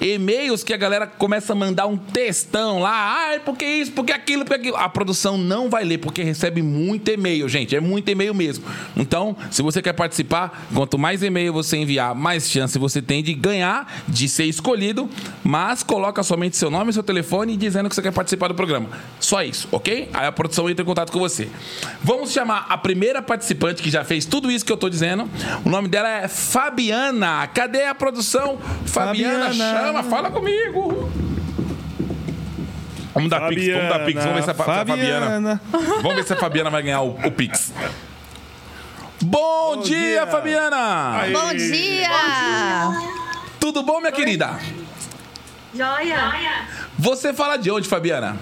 Speaker 3: E-mails que a galera começa a mandar um textão lá. Ai, porque isso, porque aquilo, porque aquilo. A produção não vai ler, porque recebe muito e-mail, gente. É muito e-mail mesmo. Então, se você quer participar, quanto mais e-mail você enviar, mais chance você tem de ganhar, de ser escolhido. Mas coloca somente seu nome, seu telefone e dizendo que você quer participar do programa. Só isso, ok? Aí a produção entra em contato com você. Vamos chamar a primeira participante que já fez tudo isso que eu tô dizendo. O nome dela é Fabiana. Cadê a produção? Fabiana,
Speaker 5: Fabiana.
Speaker 3: chama, fala comigo. Vamos dar pix, vamos dar pix, vamos ver se a, Fa- se a Fabiana. Vamos ver se a Fabiana vai ganhar o, o pix. Bom, dia,
Speaker 5: dia.
Speaker 3: Fabiana!
Speaker 5: Aí.
Speaker 2: Bom dia!
Speaker 3: Tudo bom, minha querida?
Speaker 7: Joia!
Speaker 3: Você fala de onde, Fabiana?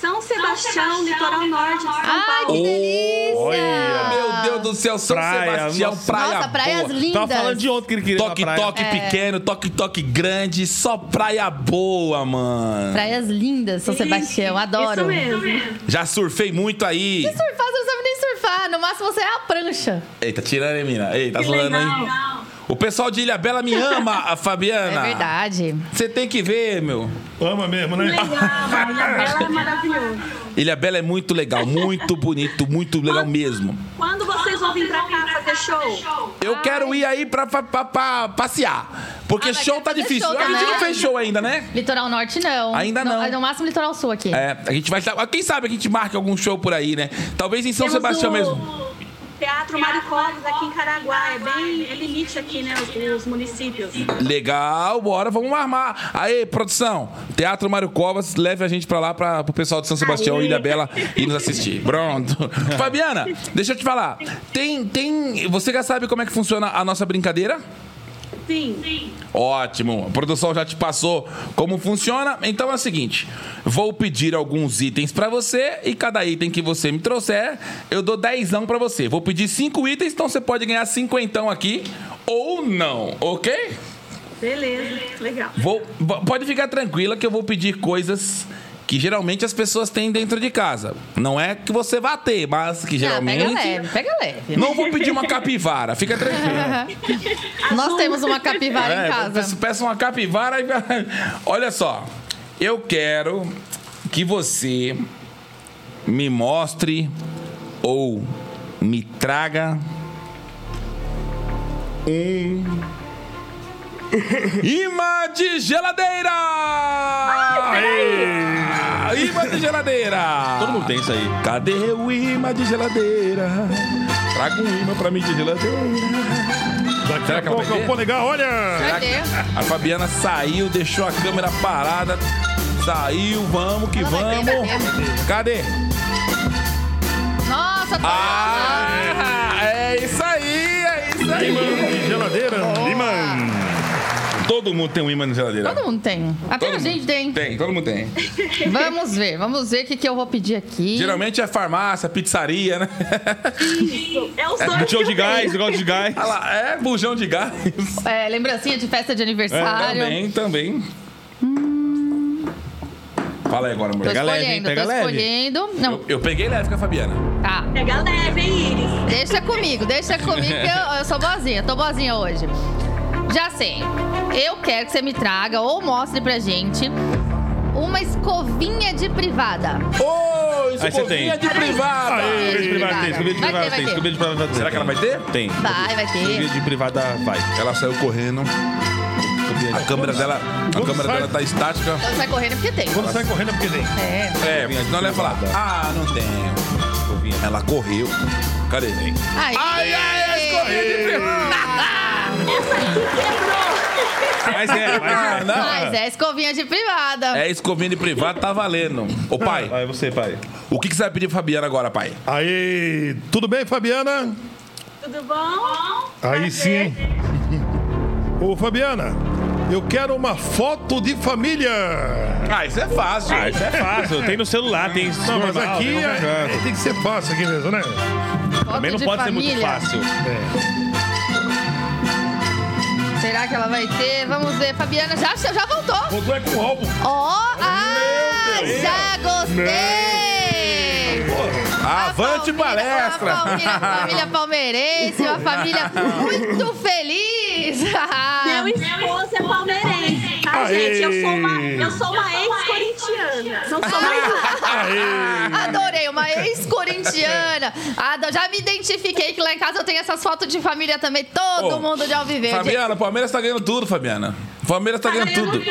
Speaker 7: São Sebastião, litoral norte de São
Speaker 2: Ai,
Speaker 7: Paulo.
Speaker 2: que delícia!
Speaker 4: Olha,
Speaker 3: Meu Deus do céu, São
Speaker 4: Praia,
Speaker 3: Sebastião,
Speaker 4: Ah. nossa.
Speaker 3: praia
Speaker 2: Nossa, praias
Speaker 3: boa.
Speaker 2: lindas!
Speaker 4: Tava falando de ontem que ele queria ir na
Speaker 3: Toque,
Speaker 4: praia.
Speaker 3: toque pequeno, toque, toque grande, só praia boa, mano.
Speaker 2: Praias lindas, São Sebastião, adoro!
Speaker 7: Isso mesmo.
Speaker 3: Já surfei muito aí.
Speaker 2: Surfar, você não sabe nem surfar, no máximo você é a prancha.
Speaker 3: Eita, tirando, hein, mina? Eita, tá
Speaker 7: Que
Speaker 3: zoando, hein?
Speaker 7: legal.
Speaker 3: O pessoal de Ilha Bela me ama, a Fabiana.
Speaker 2: É verdade.
Speaker 3: Você tem que ver, meu.
Speaker 5: Ama mesmo, né?
Speaker 7: Legal, Maria Bela é maravilhoso.
Speaker 3: Ilha Bela é muito legal, muito bonito, muito legal mesmo.
Speaker 7: Quando vocês vão vir pra cá fazer show?
Speaker 3: Eu quero ir aí pra, pra- pra- pra passear. Porque
Speaker 2: Ah, mas
Speaker 3: show
Speaker 2: quer
Speaker 3: tá
Speaker 2: fazer
Speaker 3: difícil.
Speaker 2: show
Speaker 3: a gente
Speaker 2: também.
Speaker 3: não fez show ainda, né?
Speaker 2: Litoral Norte, não.
Speaker 3: Ainda não.
Speaker 2: No, no máximo, Litoral Sul aqui.
Speaker 3: É, a gente vai. Quem sabe a gente marca algum show por aí, né? Talvez em São Sebastião
Speaker 2: um-
Speaker 3: mesmo.
Speaker 7: Teatro Maricones aqui em Caraguá. É bem é limite aqui, né? Os, os municípios.
Speaker 3: Legal, bora, vamos armar. Aê, produção, Teatro Mário Covas, leve a gente pra lá, pra, pro pessoal de São Sebastião,
Speaker 7: Aê.
Speaker 3: Ilha Bela, e nos assistir.
Speaker 2: *laughs*
Speaker 3: Pronto. Fabiana, deixa eu te falar. Tem, tem. Você já sabe como é que funciona a nossa brincadeira?
Speaker 7: Sim.
Speaker 3: Ótimo. A produção já te passou como funciona. Então é o seguinte: vou pedir alguns itens pra você e cada item que você me trouxer, eu dou dezão pra você. Vou pedir cinco itens, então você pode ganhar cinquentão aqui ou não, ok?
Speaker 7: Beleza. Legal.
Speaker 3: Vou- bo- pode ficar tranquila que eu vou pedir coisas que geralmente as pessoas têm dentro de casa. Não é que você vá ter, mas que
Speaker 2: Ah,
Speaker 3: geralmente.
Speaker 2: pega leve, pega leve.
Speaker 3: Não vou pedir uma capivara, fica tranquila.
Speaker 2: Nós temos uma capivara em
Speaker 3: É,
Speaker 2: casa.
Speaker 3: peço, peço uma capivara e. *laughs* Olha só, eu quero que você me mostre ou me traga
Speaker 2: *laughs*
Speaker 3: um imã de geladeira! Aê! Imã de geladeira!
Speaker 4: Todo mundo tem isso aí.
Speaker 3: Cadê o imã de geladeira? Traga um imã pra mim de geladeira.
Speaker 5: Daqui
Speaker 3: Será
Speaker 5: a
Speaker 3: que ela vai
Speaker 5: pouco
Speaker 3: ver?
Speaker 5: eu vou ligar, olha!
Speaker 2: Vai ter.
Speaker 3: *laughs* A Fabiana saiu, deixou a câmera parada. Saiu, vamos que
Speaker 2: Ela vai né?
Speaker 3: vamos.
Speaker 2: ver, vai
Speaker 3: Cadê?
Speaker 2: Nossa, tô
Speaker 3: Ah, é isso aí, é isso aí.
Speaker 5: Liman, geladeira, liman.
Speaker 3: Todo mundo tem um imã na geladeira.
Speaker 2: Todo mundo tem. Até a
Speaker 3: Todo
Speaker 2: gente
Speaker 3: mundo.
Speaker 2: tem.
Speaker 3: Tem, todo mundo tem.
Speaker 2: Vamos ver, vamos ver o que, que eu vou pedir aqui.
Speaker 3: Geralmente é farmácia, pizzaria, né? *laughs*
Speaker 7: É o sonho. que
Speaker 4: Show de
Speaker 7: eu tenho.
Speaker 4: gás, igual de gás.
Speaker 3: Olha lá, é bujão
Speaker 2: *laughs*
Speaker 3: de gás.
Speaker 2: É, lembrancinha de festa de aniversário.
Speaker 3: Também, também. Fala aí agora,
Speaker 2: Hum. Tô
Speaker 3: amor.
Speaker 4: Pega leve, hein?
Speaker 2: escolhendo,
Speaker 4: Pega
Speaker 2: tô
Speaker 4: leve.
Speaker 2: escolhendo. Não,
Speaker 3: Eu, eu peguei leve com a Fabiana.
Speaker 2: tá.
Speaker 7: Pega leve, hein, Iris?
Speaker 2: Deixa comigo, deixa comigo que eu, eu sou boazinha, tô boazinha hoje. Já sei. Eu quero que você me traga ou mostre pra gente uma escovinha de privada.
Speaker 3: Ô,
Speaker 4: você
Speaker 3: escovinha
Speaker 4: tem.
Speaker 3: de privada.
Speaker 5: Aê.
Speaker 4: Escobia de privada tem, escobia de
Speaker 2: Vai ter,
Speaker 4: privada
Speaker 2: vai
Speaker 4: tem,
Speaker 2: ter.
Speaker 4: escobia de privada tem.
Speaker 3: Será que ela vai ter?
Speaker 4: Tem.
Speaker 2: Vai, vai
Speaker 4: Escobia
Speaker 2: ter.
Speaker 4: de privada vai.
Speaker 6: Ela saiu correndo.
Speaker 4: Escobia
Speaker 3: A
Speaker 4: de-
Speaker 3: câmera dela, a
Speaker 5: Vamos
Speaker 3: câmera
Speaker 5: sair.
Speaker 3: dela tá estática.
Speaker 2: Então sai correndo porque tem.
Speaker 5: Quando sai correndo é porque tem.
Speaker 2: É.
Speaker 3: É, mas senão ela ia falar, ah, não tem. Ela correu. Cadê?
Speaker 2: Aí.
Speaker 3: Ai, ai, ai, escorreu de privada.
Speaker 4: Mas é, mas é.
Speaker 2: Mas é escovinha de privada.
Speaker 3: Ah, É, escovinha de privado tá valendo. Ô, pai,
Speaker 4: Vai Ah, é você, pai.
Speaker 3: o que, que você vai pedir pra Fabiana agora, pai?
Speaker 5: Aí, tudo bem, Fabiana?
Speaker 7: Tudo bom?
Speaker 5: Aí
Speaker 7: Prazer.
Speaker 5: sim, hein? Ô, Fabiana, eu quero uma foto de família.
Speaker 3: Ah, isso é fácil.
Speaker 4: Ah, isso é fácil. Tem no celular, tem.
Speaker 5: Não, mas
Speaker 4: normal,
Speaker 5: aqui
Speaker 4: tem
Speaker 5: é-
Speaker 4: conversando.
Speaker 5: tem que ser fácil aqui mesmo, né?
Speaker 2: Foto
Speaker 4: Também não
Speaker 2: de
Speaker 4: pode ser muito
Speaker 2: família.
Speaker 4: fácil.
Speaker 2: Será que ela vai ter? Vamos ver. Fabiana já, já voltou.
Speaker 5: Voltou é com roubo.
Speaker 2: Ó, ah, já gostei. A
Speaker 3: Ah, Avante
Speaker 2: família-
Speaker 3: palestra!
Speaker 2: A família, a família palmeirense, uma
Speaker 3: *laughs*
Speaker 2: família muito feliz.
Speaker 7: Ah, Meu esposo é palmeirense, tá? Ai,
Speaker 5: Aê!
Speaker 7: gente, eu sou uma, eu sou uma ex-corintiana. Não sou mais nada.
Speaker 2: Adorei, uma ex-corintiana. Ado- Já me identifiquei que lá em casa eu tenho essas fotos de família também. Todo
Speaker 3: Ô,
Speaker 2: mundo de Alviverde.
Speaker 3: Fabiana, o Palmeiras tá ganhando tudo, Fabiana. O Palmeiras tá ganhando tudo.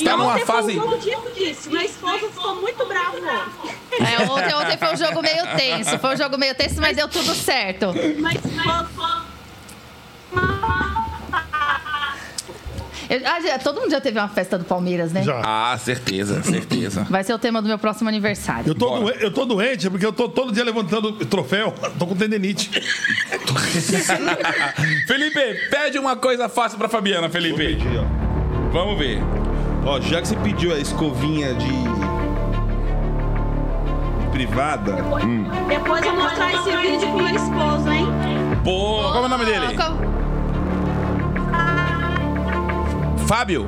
Speaker 7: E
Speaker 3: tá numa
Speaker 7: ontem
Speaker 3: fase-
Speaker 7: Foi um jogo disso, disso. Minha esposa ficou muito brava. ontem.
Speaker 2: É, ontem, ontem foi um jogo meio tenso. Foi um jogo meio tenso, mas deu tudo certo.
Speaker 7: Mas, mas,
Speaker 2: Eu- ah, já- todo mundo já teve uma festa do Palmeiras, né?
Speaker 5: Já.
Speaker 3: Ah, certeza, certeza.
Speaker 2: Vai ser o tema do meu próximo aniversário.
Speaker 5: Eu tô,
Speaker 3: Bora.
Speaker 5: doen- eu tô doente porque eu tô todo dia levantando troféu. *laughs* Tô com tendinite.
Speaker 3: Felipe, pede uma coisa fácil pra Fabiana, Felipe. Vamos ver.
Speaker 4: Ó, já que você pediu a escovinha de. privada.
Speaker 7: depois eu vou mostrar esse vídeo pro meu esposo, hein?
Speaker 3: Boa, como é o nome dele?
Speaker 2: Qual-
Speaker 3: Fábio.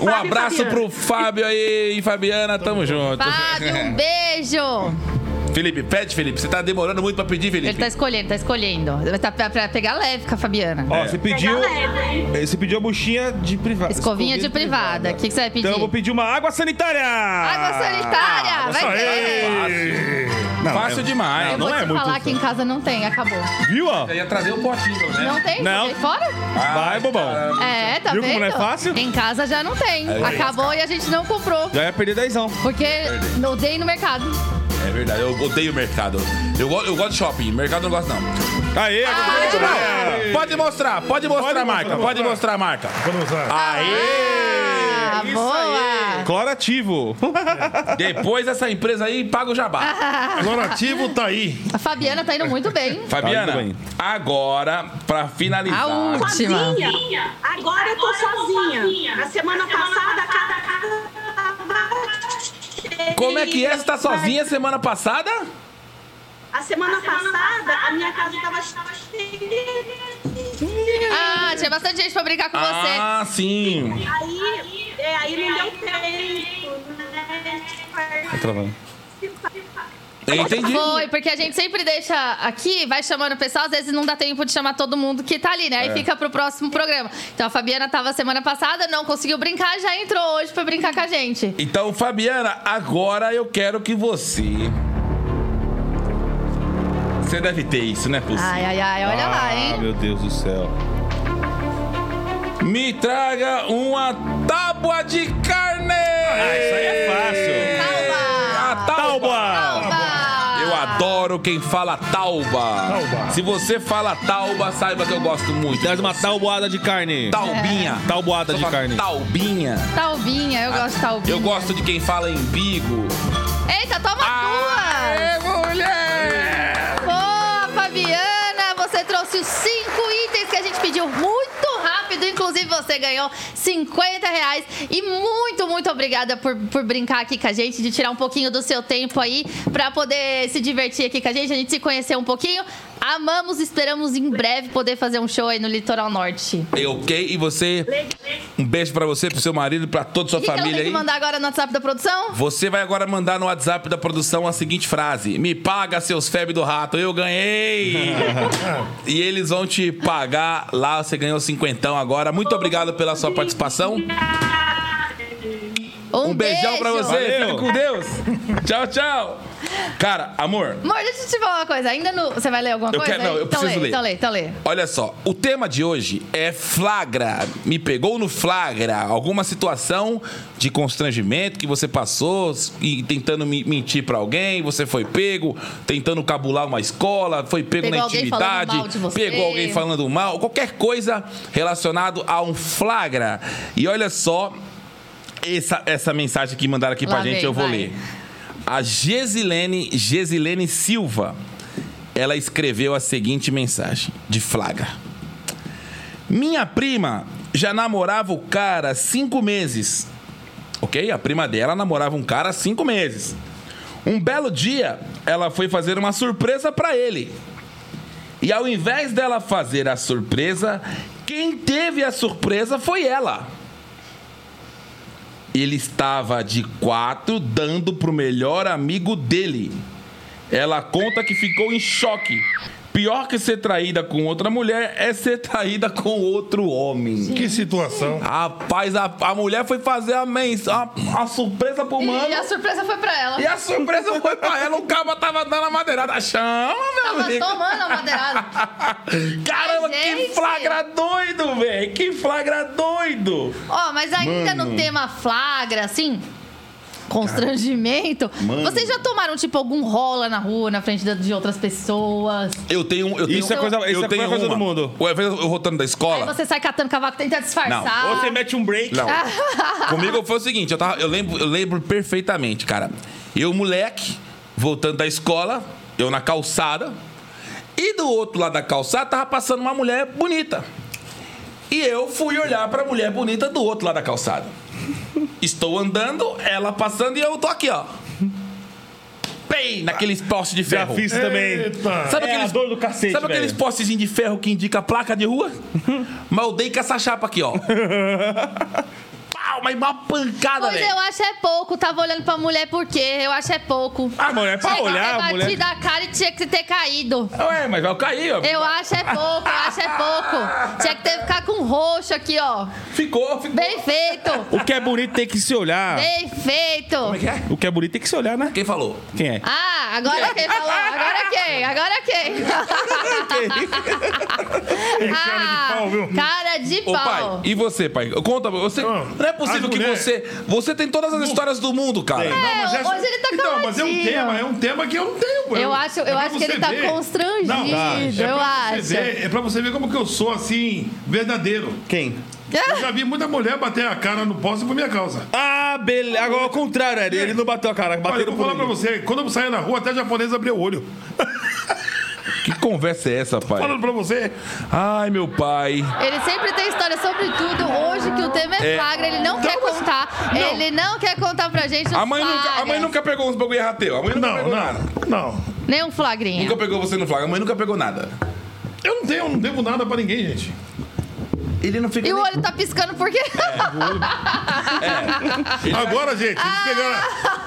Speaker 3: Um
Speaker 7: Fábio,
Speaker 3: abraço
Speaker 7: Fabiana.
Speaker 3: pro Fábio aí e Fabiana, tamo junto.
Speaker 2: Fábio, um beijo!
Speaker 3: *laughs* Felipe, pede, Felipe. Você tá demorando muito pra pedir,
Speaker 2: Ele
Speaker 3: Felipe.
Speaker 2: tá escolhendo, tá escolhendo. Tá pra, pra pegar leve com a Fabiana.
Speaker 3: É.
Speaker 4: Ó, você pediu.
Speaker 7: leve.
Speaker 4: eh, Você pediu a buchinha de privada.
Speaker 2: né? Escovinha de privada. O que, que você vai pedir?
Speaker 4: Então eu vou pedir uma água sanitária!
Speaker 2: Água sanitária!
Speaker 4: Ah,
Speaker 2: vai ter!
Speaker 4: Não,
Speaker 3: Fácil
Speaker 4: é-
Speaker 3: demais.
Speaker 4: Não,
Speaker 2: Eu vou
Speaker 4: não
Speaker 2: te
Speaker 4: é muito.
Speaker 2: falar que em casa não tem, acabou.
Speaker 4: Viu, ó?
Speaker 3: Eu ia trazer o potinho, né?
Speaker 2: Não tem?
Speaker 4: Não.
Speaker 2: Joguei fora?
Speaker 4: Vai, bobão.
Speaker 2: É, tá
Speaker 4: Viu
Speaker 2: vendo?
Speaker 4: como não é fácil? É,
Speaker 2: Em casa já não tem. acabou e a gente não comprou.
Speaker 4: Já ia perder dezão.
Speaker 2: Porque não dei no mercado.
Speaker 3: É verdade, eu odeio o mercado. Eu, go- eu gosto de shopping, mercado eu não gosto não.
Speaker 2: Ah,
Speaker 4: Aê, água sanitária!
Speaker 3: Pode mostrar, pode mostrar a marca, pode mostrar a marca.
Speaker 5: Vamos usar.
Speaker 3: Aê!
Speaker 2: Ah,
Speaker 4: É, isso
Speaker 2: boa!
Speaker 4: Clorativo.
Speaker 3: Depois essa empresa aí paga o
Speaker 2: Ah.
Speaker 3: jabá.
Speaker 5: Clorativo tá aí.
Speaker 2: A Fabiana tá indo muito bem.
Speaker 3: Fabiana,
Speaker 4: Tá indo bem.
Speaker 3: agora, pra
Speaker 2: A
Speaker 3: finalizar.
Speaker 2: última.
Speaker 7: Sozinha. Agora eu tô sozinha. Na semana passada a casa tava
Speaker 3: Como é que é? Você tá
Speaker 7: cheia.
Speaker 3: sozinha semana passada?
Speaker 7: A semana passada a minha casa tava cheia.
Speaker 2: Ah, tinha bastante gente pra brincar com você.
Speaker 3: Ah, sim.
Speaker 7: Aí, é, aí não deu tempo, né?
Speaker 8: Tipo,
Speaker 3: Eu entendi.
Speaker 2: Foi, porque a gente sempre deixa aqui, vai chamando o pessoal, às vezes não dá tempo de chamar todo mundo que tá ali, né?
Speaker 3: É.
Speaker 2: Aí fica pro próximo programa. Então a Fabiana tava semana passada, não conseguiu brincar, já entrou hoje pra brincar com a gente.
Speaker 3: Então, Fabiana, agora eu quero que você. Você deve ter isso, né, Pussy?
Speaker 2: Ai, ai, ai, olha lá,
Speaker 4: Ah,
Speaker 2: hein?
Speaker 4: meu Deus do céu.
Speaker 3: Me traga uma tábua de carne! Ah,
Speaker 4: isso aí é fácil.
Speaker 3: A
Speaker 2: Tá
Speaker 3: tábua!
Speaker 4: Talba!
Speaker 2: Oba!
Speaker 3: Eu adoro quem fala tauba.
Speaker 5: Tauba.
Speaker 3: Se você fala tauba, saiba que eu gosto muito.
Speaker 4: Traz uma talboada de carne.
Speaker 3: Taubinha. Só
Speaker 4: Talboada É. de
Speaker 3: fala
Speaker 4: carne.
Speaker 3: Taubinha.
Speaker 2: Talbinha, eu gosto de talbinha.
Speaker 3: Eu gosto Ah, de quem fala embigo.
Speaker 2: Eita, toma duas!
Speaker 3: mulher!
Speaker 2: Boa, Fabiana! Você trouxe os cinco itens que a gente pediu muito rápido. Inclusive, você ganhou 50 reais. E muito, muito obrigada por, por brincar aqui com a gente, de tirar um pouquinho do seu tempo aí pra poder se divertir aqui com a gente, a gente se conhecer um pouquinho. Amamos, esperamos em breve poder fazer um show aí no Litoral Norte.
Speaker 3: Eu, ok? E você, um beijo pra você, pro seu marido, pra toda a sua
Speaker 2: O que, que ela
Speaker 3: família
Speaker 2: tem que
Speaker 3: aí.
Speaker 2: mandar agora no WhatsApp da produção?
Speaker 3: Você vai agora mandar no WhatsApp da produção a seguinte frase: Me paga seus febre do rato, eu ganhei! e eles vão te pagar lá, você ganhou cinquentão agora. Muito obrigado pela sua participação. Um, beijão pra você,
Speaker 4: Valeu.
Speaker 3: fica com Deus. tchau, tchau. Cara, amor,
Speaker 2: Amor, deixa eu te falar uma coisa. Ainda no. Você vai ler alguma
Speaker 3: Eu
Speaker 2: coisa?
Speaker 3: quero- não,
Speaker 2: aí?
Speaker 3: eu
Speaker 2: então
Speaker 3: preciso
Speaker 2: lê,
Speaker 3: ler.
Speaker 2: Então lê, então lê.
Speaker 3: Olha só, o tema de hoje é flagra. Me pegou no flagra. Alguma situação de constrangimento que você passou e tentando me- mentir pra alguém, você foi pego, tentando cabular uma escola, foi pego
Speaker 2: Pegou
Speaker 3: na
Speaker 2: alguém
Speaker 3: intimidade,
Speaker 2: falando mal de você.
Speaker 3: pegou alguém falando mal, qualquer coisa relacionado a um flagra. E olha só essa, essa mensagem que mandaram aqui
Speaker 2: Lá
Speaker 3: pra gente,
Speaker 2: vem,
Speaker 3: eu vou
Speaker 2: vai.
Speaker 3: ler. A Gesilene, Gesilene Silva, ela escreveu a seguinte mensagem de flagra. Minha prima já namorava o cara há cinco meses. Ok? A prima dela namorava um cara há cinco meses. Um belo dia, ela foi fazer uma surpresa pra ele. E ao invés dela fazer a surpresa, quem teve a surpresa foi ela. Ele estava de quatro dando pro melhor amigo dele. Ela conta que ficou em choque, Pior que ser traída com outra mulher é ser traída com outro homem.
Speaker 5: Que situação.
Speaker 3: Rapaz, a, a mulher foi fazer a, mens, a, a surpresa pro mano.
Speaker 2: E a surpresa foi pra ela.
Speaker 3: E a surpresa foi pra ela, o caba tava dando a madeirada. Chama, meu
Speaker 2: Tava
Speaker 3: amigo.
Speaker 2: tomando a
Speaker 4: *laughs*
Speaker 2: madeirada.
Speaker 3: Caramba, que
Speaker 2: Gente.
Speaker 3: flagra doido, velho. Que flagra doido.
Speaker 2: Ó, mas ainda no tema flagra, assim. Constrangimento. Vocês já tomaram, tipo, algum rola na rua, na frente da- de outras pessoas?
Speaker 3: Eu tenho. um, Eu tenho
Speaker 4: Isso é coisa- isso é a
Speaker 3: eu tenho
Speaker 4: pior coisa
Speaker 3: uma.
Speaker 4: do mundo.
Speaker 3: Ué, às vezes eu rotando da
Speaker 2: Aí
Speaker 3: escola.
Speaker 2: você sai catando cavaco, tenta disfarçar. Ah,
Speaker 4: Ou você mete um break.
Speaker 2: *laughs*
Speaker 3: Não. Comigo foi o seguinte, eu, tava- eu lembro, eu lembro perfeitamente, cara. Eu, moleque, voltando da escola, eu na calçada. E do outro lado da calçada tava passando uma mulher bonita. E eu fui olhar pra mulher bonita do outro lado da calçada. Estou andando, ela passando e eu tô aqui, ó. Bem, naqueles postes de
Speaker 4: Já
Speaker 3: ferro.
Speaker 4: fiz isso também.
Speaker 5: Eita.
Speaker 3: Sabe
Speaker 4: É a dor do cacete,
Speaker 3: Sabe aqueles
Speaker 4: velho.
Speaker 3: postezinhos de ferro que indica a placa de *laughs* rua? Mas eu dei com essa chapa aqui, ó. *laughs* Pau, mas uma pancada,
Speaker 2: Pois eu
Speaker 3: velho.
Speaker 2: acho é pouco. Tava olhando pra mulher por quê? Eu acho é pouco.
Speaker 4: Ah, mano, é pra
Speaker 2: Tinha que
Speaker 4: olhar,
Speaker 2: ter
Speaker 4: mulher.
Speaker 2: batido a cara e tinha que ter caído.
Speaker 3: Ué, mas eu caí, ó.
Speaker 2: Eu acho é pouco, eu acho é pouco. Tinha que ter ficado com roxo aqui, ó.
Speaker 3: Ficou, ficou.
Speaker 2: Bem feito.
Speaker 4: O que é bonito tem que se olhar.
Speaker 2: Bem feito.
Speaker 3: Como é que é?
Speaker 4: O que é bonito tem que se olhar, né?
Speaker 3: Quem falou?
Speaker 4: Quem é?
Speaker 2: Ah, agora quem falou? Agora quem? Agora quem? Ah,
Speaker 5: pau, viu?
Speaker 2: Cara de
Speaker 3: Ô, pai,
Speaker 2: pau.
Speaker 3: e você, pai? Conta, você.
Speaker 5: Ah,
Speaker 3: não é possível
Speaker 5: as
Speaker 3: que
Speaker 5: mulher-
Speaker 3: você. Você tem todas as histórias do mundo, cara.
Speaker 5: Não, mas
Speaker 2: É,
Speaker 5: essa-
Speaker 2: hoje ele tá
Speaker 5: Então, mas é um
Speaker 2: caladinho.
Speaker 5: tema, é um tema que eu não tenho. É
Speaker 2: Eu acho- eu
Speaker 5: pra
Speaker 2: acho que ele
Speaker 5: você
Speaker 2: tá
Speaker 5: ver.
Speaker 2: constrangido,
Speaker 5: Não, tá. É pra
Speaker 2: eu
Speaker 5: você
Speaker 2: acho.
Speaker 5: ver- é pra você ver como que eu sou, assim, verdadeiro.
Speaker 4: Quem?
Speaker 5: Eu já vi muita mulher bater a cara no poste por minha causa.
Speaker 4: Ah, beleza. Agora é o contrário, Ed. Ele não bateu a cara.
Speaker 5: Olha,
Speaker 4: Bateu
Speaker 5: eu vou falar pra você, quando eu saía na rua, até japonês abria o olho.
Speaker 3: Que conversa é essa, pai?
Speaker 5: Falando pra você,
Speaker 3: Ai, meu pai.
Speaker 2: Ele sempre tem história sobre tudo. Hoje que o tema é flagra, ele não quer contar. Ele não quer contar pra gente os
Speaker 3: A mãe, nunca, a
Speaker 2: flagras.
Speaker 3: mãe nunca pegou uns bagulho errateu. A mãe nunca
Speaker 5: não,
Speaker 3: pegou nada.
Speaker 5: não, não.
Speaker 2: Nem um flagrinha.
Speaker 3: Nunca pegou você no flagra. A mãe nunca pegou nada.
Speaker 5: Eu não tenho, eu não devo nada pra ninguém, gente.
Speaker 3: Ele não fica.
Speaker 2: E o
Speaker 3: nem-
Speaker 2: olho tá piscando porque... *laughs*
Speaker 5: Agora, gente, eles pegaram-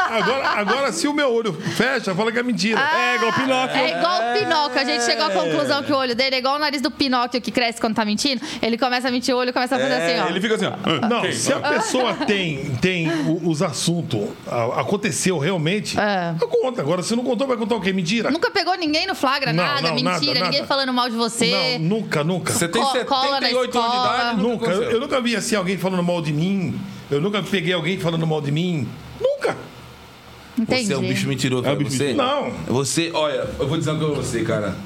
Speaker 5: agora, agora, se o meu olho fecha, fala que é mentira.
Speaker 4: É, igual Pinóquio.
Speaker 2: É igual o Pinóquio. A gente chegou à conclusão que o olho dele é igual o nariz do Pinóquio que cresce quando tá mentindo. Ele começa a mentir o olho começa a fazer assim, ó.
Speaker 3: Ele fica assim, ó.
Speaker 5: Ah, Não, se a pessoa tem, tem o- os assuntos, a- aconteceu realmente,
Speaker 2: É.
Speaker 5: eu conta. Agora, se não contou, vai contar o quê? Mentira?
Speaker 2: Nunca pegou ninguém no flagra,
Speaker 5: Não,
Speaker 2: nada,
Speaker 5: não,
Speaker 2: mentira,
Speaker 5: nada,
Speaker 2: ninguém
Speaker 5: nada.
Speaker 2: falando mal de você.
Speaker 5: Não, nunca, nunca.
Speaker 3: Você é tem
Speaker 2: Co- cola na
Speaker 3: 78 anos de
Speaker 2: escola.
Speaker 3: idade.
Speaker 5: Nunca. Eu,
Speaker 3: aconteceu.
Speaker 5: eu nunca vi assim alguém falando mal de mim. Eu nunca peguei alguém falando mal de mim. Nunca.
Speaker 2: Entendi.
Speaker 3: Você é um bicho mentiroso,
Speaker 4: É um
Speaker 3: cara.
Speaker 4: bicho
Speaker 3: você,
Speaker 5: mentiroso.
Speaker 3: Você, olha, eu vou dizer uma coisa pra você, cara.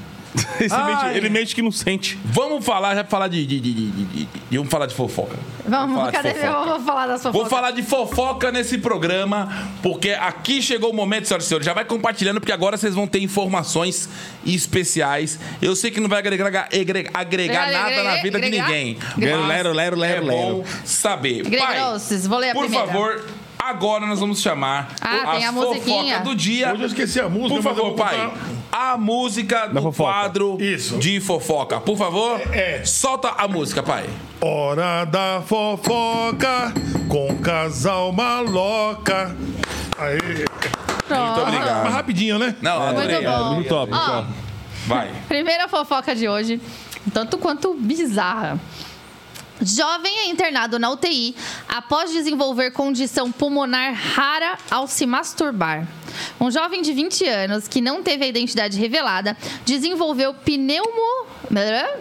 Speaker 4: Esse
Speaker 3: Ai.
Speaker 4: mente- ele mente que não sente.
Speaker 3: Vamos falar, já falar de. de, de, de, de- de- de- vamos falar de fofoca.
Speaker 2: Vamos,
Speaker 3: falar de
Speaker 2: cadê?
Speaker 3: fofoca.
Speaker 2: Eu vou falar da sua
Speaker 3: Vou falar de fofoca nesse programa, porque aqui chegou o momento, senhoras e senhores. Já vai compartilhando, porque agora vocês vão ter informações especiais. Eu sei que não vai agregar, agregar- agregar
Speaker 2: Agregar,
Speaker 3: nada na vida de
Speaker 2: agregar?
Speaker 3: ninguém.
Speaker 2: Agregar.
Speaker 3: mas
Speaker 4: Lero, lero, lero,
Speaker 3: é
Speaker 4: lero.
Speaker 3: bom saber.
Speaker 2: Gregrosses, vou ler É a
Speaker 3: por
Speaker 2: primeira.
Speaker 3: favor, agora nós vamos chamar
Speaker 2: Ah, tem
Speaker 3: as
Speaker 2: a musiquinha.
Speaker 3: fofoca do dia.
Speaker 5: Hoje eu esqueci a música.
Speaker 3: É. Por
Speaker 5: mas eu
Speaker 3: favor,
Speaker 5: vou
Speaker 3: pai.
Speaker 5: contar.
Speaker 3: A música do
Speaker 4: fofoca.
Speaker 3: quadro
Speaker 5: Isso.
Speaker 3: de fofoca. Por favor,
Speaker 5: É, é.
Speaker 3: solta a música, pai.
Speaker 5: Hora da fofoca com casal maloca. Aê.
Speaker 2: Pronto.
Speaker 3: obrigado.
Speaker 5: Mas rapidinho, né?
Speaker 3: Não,
Speaker 2: Ah. Muito
Speaker 3: adorei.
Speaker 2: Tá bom.
Speaker 4: É, Muito top, muito
Speaker 2: Ó,
Speaker 4: top.
Speaker 3: Vai.
Speaker 2: primeira fofoca de hoje, tanto quanto bizarra. Jovem é internado na UTI após desenvolver condição pulmonar rara ao se masturbar. Um jovem de 20 anos, que não teve a identidade revelada, desenvolveu pneumo...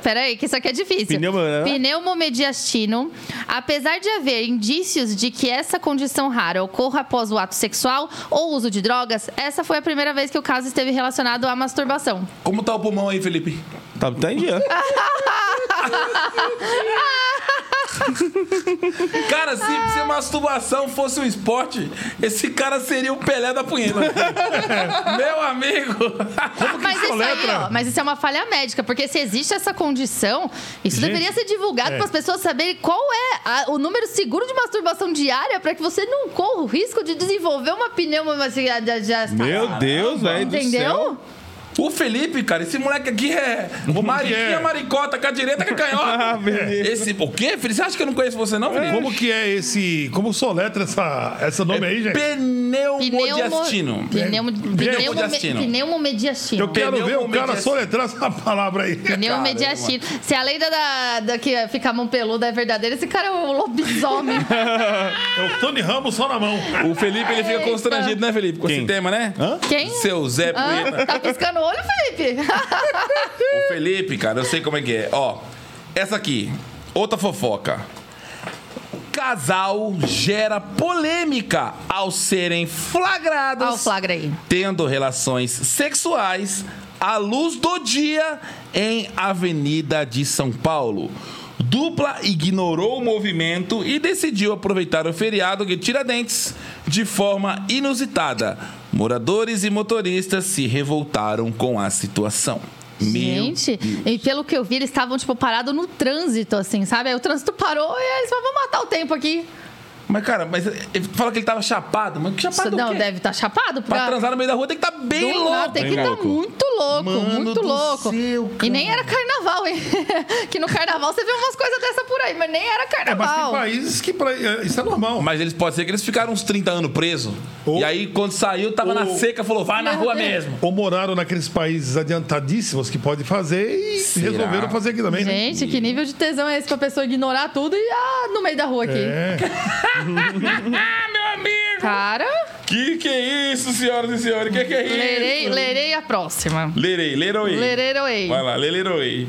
Speaker 2: Peraí, que isso aqui é difícil.
Speaker 4: Pneumo-
Speaker 2: Pneumomediastino. Apesar de haver indícios de que essa condição rara ocorra após o ato sexual ou uso de drogas, essa foi a primeira vez que o caso esteve relacionado à masturbação.
Speaker 3: Como tá o pulmão aí, Felipe?
Speaker 4: Tá, tá em dia.
Speaker 3: Cara, se, se a masturbação fosse um esporte, esse cara seria o Pelé da
Speaker 5: *laughs*
Speaker 3: punheta. Meu amigo.
Speaker 2: Mas isso aí, ó, mas isso é uma falha médica, porque se existe essa condição, isso
Speaker 5: Gente,
Speaker 2: deveria ser divulgado
Speaker 5: é.
Speaker 2: para as pessoas saberem qual é a- o número seguro de masturbação diária para que você não corra o risco de desenvolver uma pneumonia.
Speaker 4: Meu Deus, velho do
Speaker 2: Entendeu?
Speaker 4: céu.
Speaker 3: O Felipe, cara, esse moleque aqui *laughs* é o Mariquinha,
Speaker 5: é?
Speaker 3: maricota, com a direita, com a *laughs*
Speaker 4: Ah,
Speaker 3: canhota.
Speaker 4: beleza.
Speaker 3: esse, o quê, Felipe? Você acha que eu não conheço você, não, É Felipe?
Speaker 5: Como que é esse. Como soletra essa, essa nome aí, gente?
Speaker 3: Pneumodiastino.
Speaker 2: Pneumo, pneumo,
Speaker 3: Pneumodiastino.
Speaker 2: pneumo mediastino.
Speaker 5: Eu quero ver o cara
Speaker 3: Pneumomediastino.
Speaker 5: soletrar essa palavra aí.
Speaker 2: Pneumo mediastino. Se a lenda da, da que fica a mão peluda é verdadeira, esse cara é um lobisomem.
Speaker 5: É o Tony Ramos só na mão.
Speaker 2: É
Speaker 3: O Felipe, ele fica
Speaker 2: Eita.
Speaker 3: constrangido, né, Felipe? Com
Speaker 4: Quem?
Speaker 3: esse tema, né?
Speaker 4: Hã?
Speaker 2: Quem?
Speaker 3: Seu Zé Poeta.
Speaker 2: Hã? Tá piscando o olho, Felipe?
Speaker 3: O Felipe, cara, eu sei como é que é. Ó, essa aqui, outra fofoca. Casal gera polêmica ao serem flagrados
Speaker 2: Olha o flagra aí.
Speaker 3: tendo relações sexuais à luz do dia em Avenida de São Paulo. Dupla ignorou o movimento e decidiu aproveitar o feriado de Tiradentes de forma inusitada. Moradores e motoristas se revoltaram com a situação. Meu
Speaker 2: Gente, e pelo que eu vi, eles estavam, tipo, parados no trânsito, assim, sabe? Aí o trânsito parou e aí eles falaram, vamos matar o tempo aqui.
Speaker 3: Mas, cara, mas ele fala que ele tava chapado, mas que
Speaker 2: Isso,
Speaker 3: chapado é o
Speaker 2: não,
Speaker 3: quê?
Speaker 2: deve estar chapado
Speaker 3: Pra
Speaker 2: pra...
Speaker 3: transar no meio da rua tem que estar bem
Speaker 2: Do-
Speaker 3: louco.
Speaker 2: não, tem que tá estar
Speaker 4: louco.
Speaker 2: muito louco,
Speaker 3: Mano
Speaker 2: muito
Speaker 3: do
Speaker 2: louco.
Speaker 3: céu, cara.
Speaker 2: e nem era carnaval, hein? *laughs* que no carnaval você vê umas coisas dessa por aí, mas nem era
Speaker 5: É, mas tem
Speaker 2: carnaval.
Speaker 5: países que pra- é, isso é normal.
Speaker 3: Mas eles pode ser que eles ficaram uns 30 anos presos.
Speaker 5: Ou-
Speaker 3: e aí, quando saiu, tava na
Speaker 5: ou-
Speaker 3: seca, falou, vai na
Speaker 2: Meu
Speaker 3: rua
Speaker 2: Deus.
Speaker 3: mesmo.
Speaker 5: Ou moraram naqueles países adiantadíssimos que pode fazer e
Speaker 3: Será?
Speaker 5: resolveram fazer aqui também, né?
Speaker 2: Gente, que nível de tesão é esse pra pessoa ignorar tudo e ah, no meio da rua aqui?
Speaker 3: *laughs*
Speaker 5: É.
Speaker 2: *laughs* Cara,
Speaker 3: Que que é isso, senhoras e senhores? Que que é isso?
Speaker 2: lerei, lerei a próxima.
Speaker 3: Lerei, leroi.
Speaker 2: Lereroei.
Speaker 3: Vai lá, leleroi.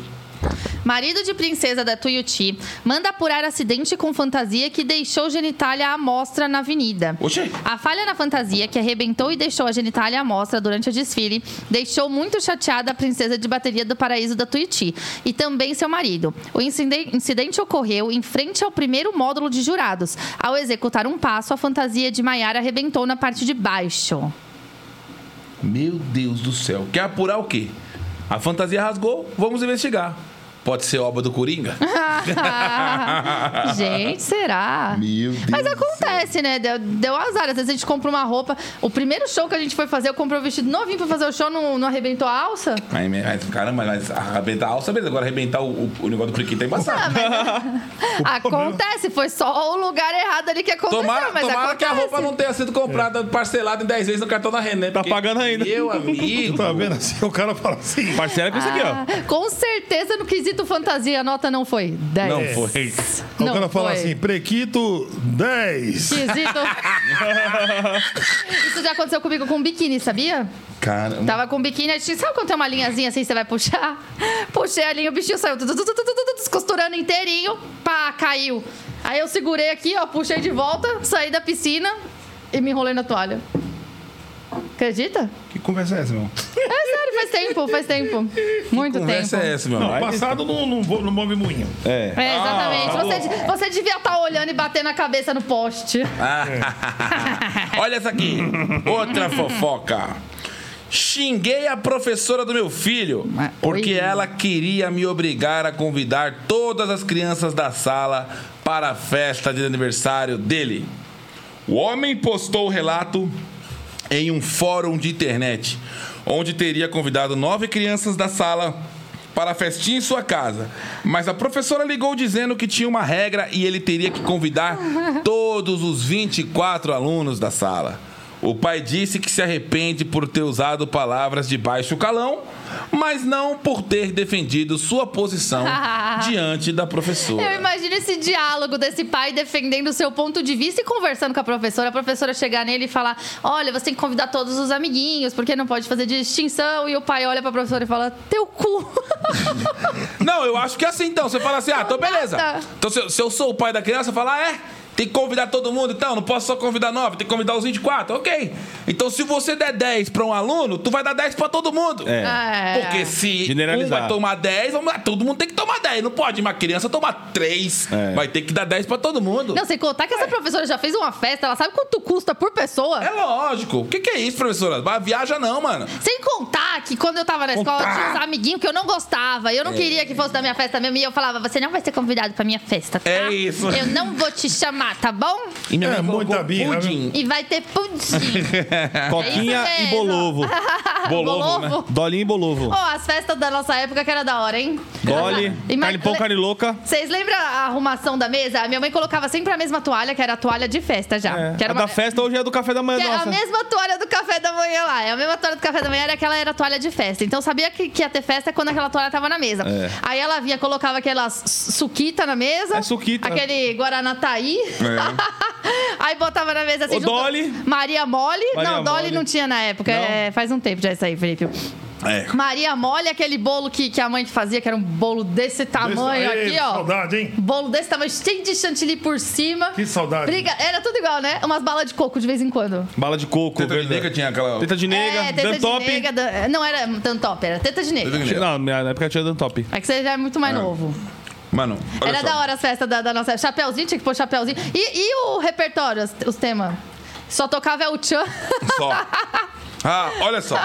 Speaker 2: Marido de princesa da Tuiuti manda apurar acidente com fantasia que deixou genitália à mostra na avenida.
Speaker 3: Oxê.
Speaker 2: A falha na fantasia, que arrebentou e deixou a genitália à mostra durante o desfile, deixou muito chateada a princesa de bateria do paraíso da Tuiuti e também seu marido. O inciden- incidente ocorreu em frente ao primeiro módulo de jurados. Ao executar um passo, a fantasia de Maiara arrebentou na parte de baixo.
Speaker 3: Meu Deus do céu. Quer apurar o quê? A fantasia rasgou, vamos investigar. Pode ser obra do
Speaker 2: *laughs*
Speaker 3: Coringa?
Speaker 2: Gente, será?
Speaker 3: Meu Deus
Speaker 2: Mas
Speaker 3: do
Speaker 2: acontece, né? Deu, deu azar. Às vezes a gente compra uma roupa. O primeiro show que a gente foi fazer, eu comprei o vestido novinho pra fazer o show, não, não arrebentou a alça?
Speaker 3: Aí, mas, caramba, mas arrebentar a alça, beleza. Agora arrebentar o, o- o negócio do Priquinho tá embaçado.
Speaker 2: Ah, acontece, foi só o lugar errado ali que aconteceu.
Speaker 3: Tomara,
Speaker 2: mas
Speaker 3: tomara
Speaker 2: acontece.
Speaker 3: que a roupa não tenha sido comprada parcelada em 10 vezes no cartão da Renan.
Speaker 4: Tá
Speaker 3: porque,
Speaker 4: pagando ainda. *laughs*
Speaker 3: Meu amigo.
Speaker 5: Tá vendo assim? O cara fala assim.
Speaker 4: Parcela com isso aqui, ó.
Speaker 2: Ah, com certeza no quesito fantasia a nota não foi 10.
Speaker 3: Não
Speaker 4: É.
Speaker 3: foi.
Speaker 5: O
Speaker 2: Não
Speaker 5: cara fala
Speaker 2: foi.
Speaker 5: assim, prequito 10. *laughs*
Speaker 2: Quesito. Isso já aconteceu comigo com biquíni, sabia?
Speaker 3: Caramba.
Speaker 2: Tava com um biquíni, a gente sabe quando tem uma linhazinha assim, você vai puxar? *laughs* Puxei a linha, o bichinho saiu, tu, tu, tu, tu, tu, tu, tu, descosturando inteirinho, pá, caiu. Aí eu segurei aqui, ó, puxei de volta, saí da piscina e me enrolei na toalha. Acredita?
Speaker 4: Que conversa é essa, meu?
Speaker 2: É sério, faz tempo, faz
Speaker 4: *laughs*
Speaker 2: tempo. Muito tempo.
Speaker 3: Conversa é essa, meu
Speaker 5: Não,
Speaker 3: amigo?
Speaker 5: o passado não, não, vo- não move moinho.
Speaker 4: É.
Speaker 2: É, exatamente. você,
Speaker 4: Ah,
Speaker 2: você devia estar olhando e batendo a cabeça no poste. *laughs*
Speaker 3: É. Olha essa aqui. Outra fofoca. Xinguei a professora do meu filho
Speaker 2: Mas,
Speaker 3: porque
Speaker 2: oi.
Speaker 3: ela queria me obrigar a convidar todas as crianças da sala para a festa de aniversário dele. O homem postou o relato em um fórum de internet, onde teria convidado nove crianças da sala para a festinha em sua casa. Mas a professora ligou dizendo que tinha uma regra e ele teria que convidar todos os 24 alunos da sala. O pai disse que se arrepende por ter usado palavras de baixo calão, mas não por ter defendido sua posição diante da professora.
Speaker 2: Eu imagino esse diálogo desse pai defendendo o seu ponto de vista e conversando com a professora. A professora chegar nele e falar: Olha, você tem que convidar todos os amiguinhos, porque não pode fazer distinção. E o pai olha pra professora e fala: Teu cu.
Speaker 3: Não, eu acho que é assim então. Você fala assim, ah, então beleza. Então se eu, se eu sou o pai da criança, eu falo, ah, é? Tem que convidar todo mundo então? Não posso só convidar nove, tem que convidar os 24, ok. Então se você der 10 pra um aluno, tu vai dar 10 pra todo mundo.
Speaker 4: É.
Speaker 2: *laughs* É.
Speaker 3: Porque se um
Speaker 4: Generalizar.
Speaker 3: vai tomar 10, vamos lá, todo mundo tem que tomar 10. Não pode uma criança tomar 3.
Speaker 4: É.
Speaker 3: Vai ter que dar 10 pra todo mundo.
Speaker 2: Não, sem contar que essa professora já fez uma festa, ela sabe quanto custa por pessoa.
Speaker 3: É lógico. O que, que é isso, professora? Vai, Viaja não, mano.
Speaker 2: Sem contar que quando eu tava na escola,
Speaker 3: Contar. É.
Speaker 2: tinha uns amiguinhos que eu não gostava. Eu não queria que fosse da minha festa mesmo. E eu falava, você não vai ser convidado pra minha festa, tá?
Speaker 3: É isso.
Speaker 2: Eu não vou te chamar, tá bom?
Speaker 4: E minha
Speaker 5: É,
Speaker 4: mãe colocou
Speaker 5: muita birra,
Speaker 4: pudim,
Speaker 2: E vai ter pudim.
Speaker 4: coquinha
Speaker 2: É isso
Speaker 4: e
Speaker 2: mesmo. *laughs*
Speaker 4: bolovo. Bolovo, né?
Speaker 2: Bolovo.
Speaker 4: Dolinho e bolovo.
Speaker 2: Ó, as festas da nossa época que era da hora, hein?
Speaker 4: Dole,
Speaker 2: E ma-
Speaker 4: carne pão,
Speaker 2: le-
Speaker 4: carne louca.
Speaker 2: Vocês lembram a arrumação da mesa? A minha mãe colocava sempre a mesma toalha, que era a toalha de festa já.
Speaker 4: É.
Speaker 2: Que
Speaker 4: A
Speaker 2: era
Speaker 4: da
Speaker 2: uma...
Speaker 4: festa hoje é do café da manhã
Speaker 2: Que é a
Speaker 4: nossa.
Speaker 2: mesma toalha do café da manhã lá. É a mesma toalha do café da manhã, era aquela era toalha de festa. Então sabia que, que ia ter festa quando aquela toalha tava na mesa.
Speaker 4: É.
Speaker 2: Aí ela via, colocava aquela su- suquita na mesa.
Speaker 4: É, suquita.
Speaker 2: Aquele Guaranataí. *laughs*
Speaker 4: É.
Speaker 3: É.
Speaker 2: aí botava na mesa assim.
Speaker 4: O
Speaker 2: junto-
Speaker 4: Dolly.
Speaker 2: Maria Mole.
Speaker 4: Maria
Speaker 2: não, Dolly
Speaker 4: Mole.
Speaker 2: não tinha na época.
Speaker 4: Não?
Speaker 2: É, faz um tempo já isso aí, Felipe.
Speaker 6: É.
Speaker 3: tá
Speaker 2: Maria Mole, aquele bolo que, que a mãe que fazia, que era um bolo desse tamanho
Speaker 5: Ei,
Speaker 2: Tá aqui, ó. Um
Speaker 5: Saudade, hein?
Speaker 2: Bolo desse tamanho, cheio de chantilly por cima.
Speaker 5: Que saudade.
Speaker 2: Briga- Era tudo igual, né? Umas balas de coco de vez em quando.
Speaker 4: Bala de coco,
Speaker 3: Teta de
Speaker 4: verdade.
Speaker 3: Nica tinha aquela... tá
Speaker 4: Teta de nega,
Speaker 2: é, teta
Speaker 4: dantop.
Speaker 2: de nega. dan- Não era dantop, era teta de nega.
Speaker 3: Teta de nega.
Speaker 4: Não, na época tinha dantop.
Speaker 2: É que você já é muito mais novo.
Speaker 3: Mano, olha
Speaker 2: Era
Speaker 3: só.
Speaker 2: da hora as festas da, da nossa. Chapeuzinho, tinha que pôr chapeuzinho. E, e o repertório, os, os temas? Só tocava El Chan. *laughs*
Speaker 3: Só. Ah, olha só.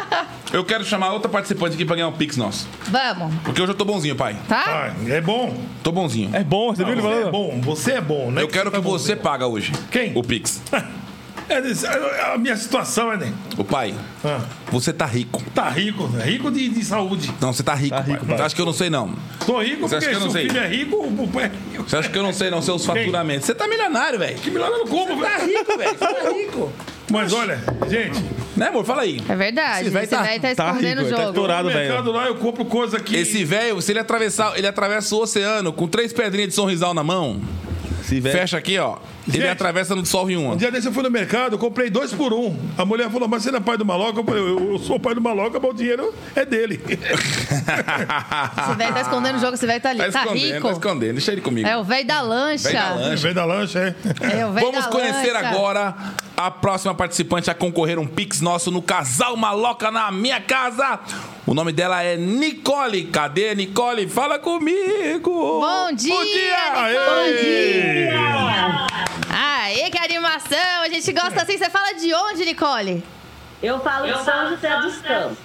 Speaker 3: Eu quero chamar outra participante aqui pra ganhar um Pix nosso.
Speaker 2: Vamos,
Speaker 3: Porque hoje eu tô bonzinho, pai.
Speaker 2: tá?
Speaker 5: Ah, é bom.
Speaker 3: Tô bonzinho.
Speaker 4: É tá bom, você viu ele
Speaker 5: Você é
Speaker 4: falando?
Speaker 5: bom, você é bom, né?
Speaker 3: Eu quero que você paga hoje.
Speaker 5: Quem?
Speaker 3: O Pix.
Speaker 5: É, diz- é a minha situação, né?
Speaker 3: O pai,
Speaker 5: Ah,
Speaker 3: você tá rico.
Speaker 5: tá rico, né? rico de, de saúde.
Speaker 3: Não, você tá rico,
Speaker 4: Tá
Speaker 3: pai.
Speaker 4: rico, pai.
Speaker 3: Acho que eu não sei, não.
Speaker 5: Tô rico
Speaker 3: Você acha que eu
Speaker 5: porque se
Speaker 3: não
Speaker 5: o
Speaker 3: sei?
Speaker 5: filho é rico, o pai é rico.
Speaker 3: Você acha que eu não sei, não, seus faturamentos. Você tá milionário, velho.
Speaker 5: Que milagre no como,
Speaker 3: Tá
Speaker 5: velho.
Speaker 3: rico, velho. Você tá rico.
Speaker 5: Mas olha, gente,
Speaker 3: Né, amor? Fala aí.
Speaker 2: É verdade.
Speaker 3: Esse
Speaker 2: Você
Speaker 3: velho tá-
Speaker 2: vai tá
Speaker 4: tá
Speaker 2: escondendo
Speaker 4: rico,
Speaker 2: o
Speaker 4: tá
Speaker 2: jogo.
Speaker 4: estourado.
Speaker 5: no
Speaker 4: Obrigado, velho.
Speaker 5: mercado lá eu compro coisa que...
Speaker 3: Esse velho, se ele atravessar, ele atravessa o oceano com três pedrinhas de sorrisal na mão,
Speaker 4: Se velho. é
Speaker 3: fecha aqui, ó.
Speaker 5: Gente.
Speaker 3: ele atravessa não dissolve em uma.
Speaker 5: Um dia desse eu fui no mercado, eu comprei dois por um. A mulher falou, mas você não é pai do maloca? Eu falei, eu eu sou o pai do maloca, mas o dinheiro é dele. *laughs*
Speaker 2: Esse velho tá escondendo o jogo, esse velho tá ali. Tá,
Speaker 3: escondendo,
Speaker 2: rico.
Speaker 3: tá escondendo. Deixa ele comigo.
Speaker 2: É o velho da lancha.
Speaker 3: Velho da lancha.
Speaker 5: Vem da lancha, é.
Speaker 2: É o velho
Speaker 3: Vamos
Speaker 2: da
Speaker 3: conhecer
Speaker 2: lancha.
Speaker 3: agora a próxima participante a concorrer um Pix nosso no Casal Maloca na minha casa. O nome dela é Nicole. Cadê Nicole? Fala comigo!
Speaker 2: Bom dia!
Speaker 5: Aê!
Speaker 2: Aê, que animação! A gente gosta assim. Você fala de onde, Nicole?
Speaker 8: Eu falo de São José dos Campos.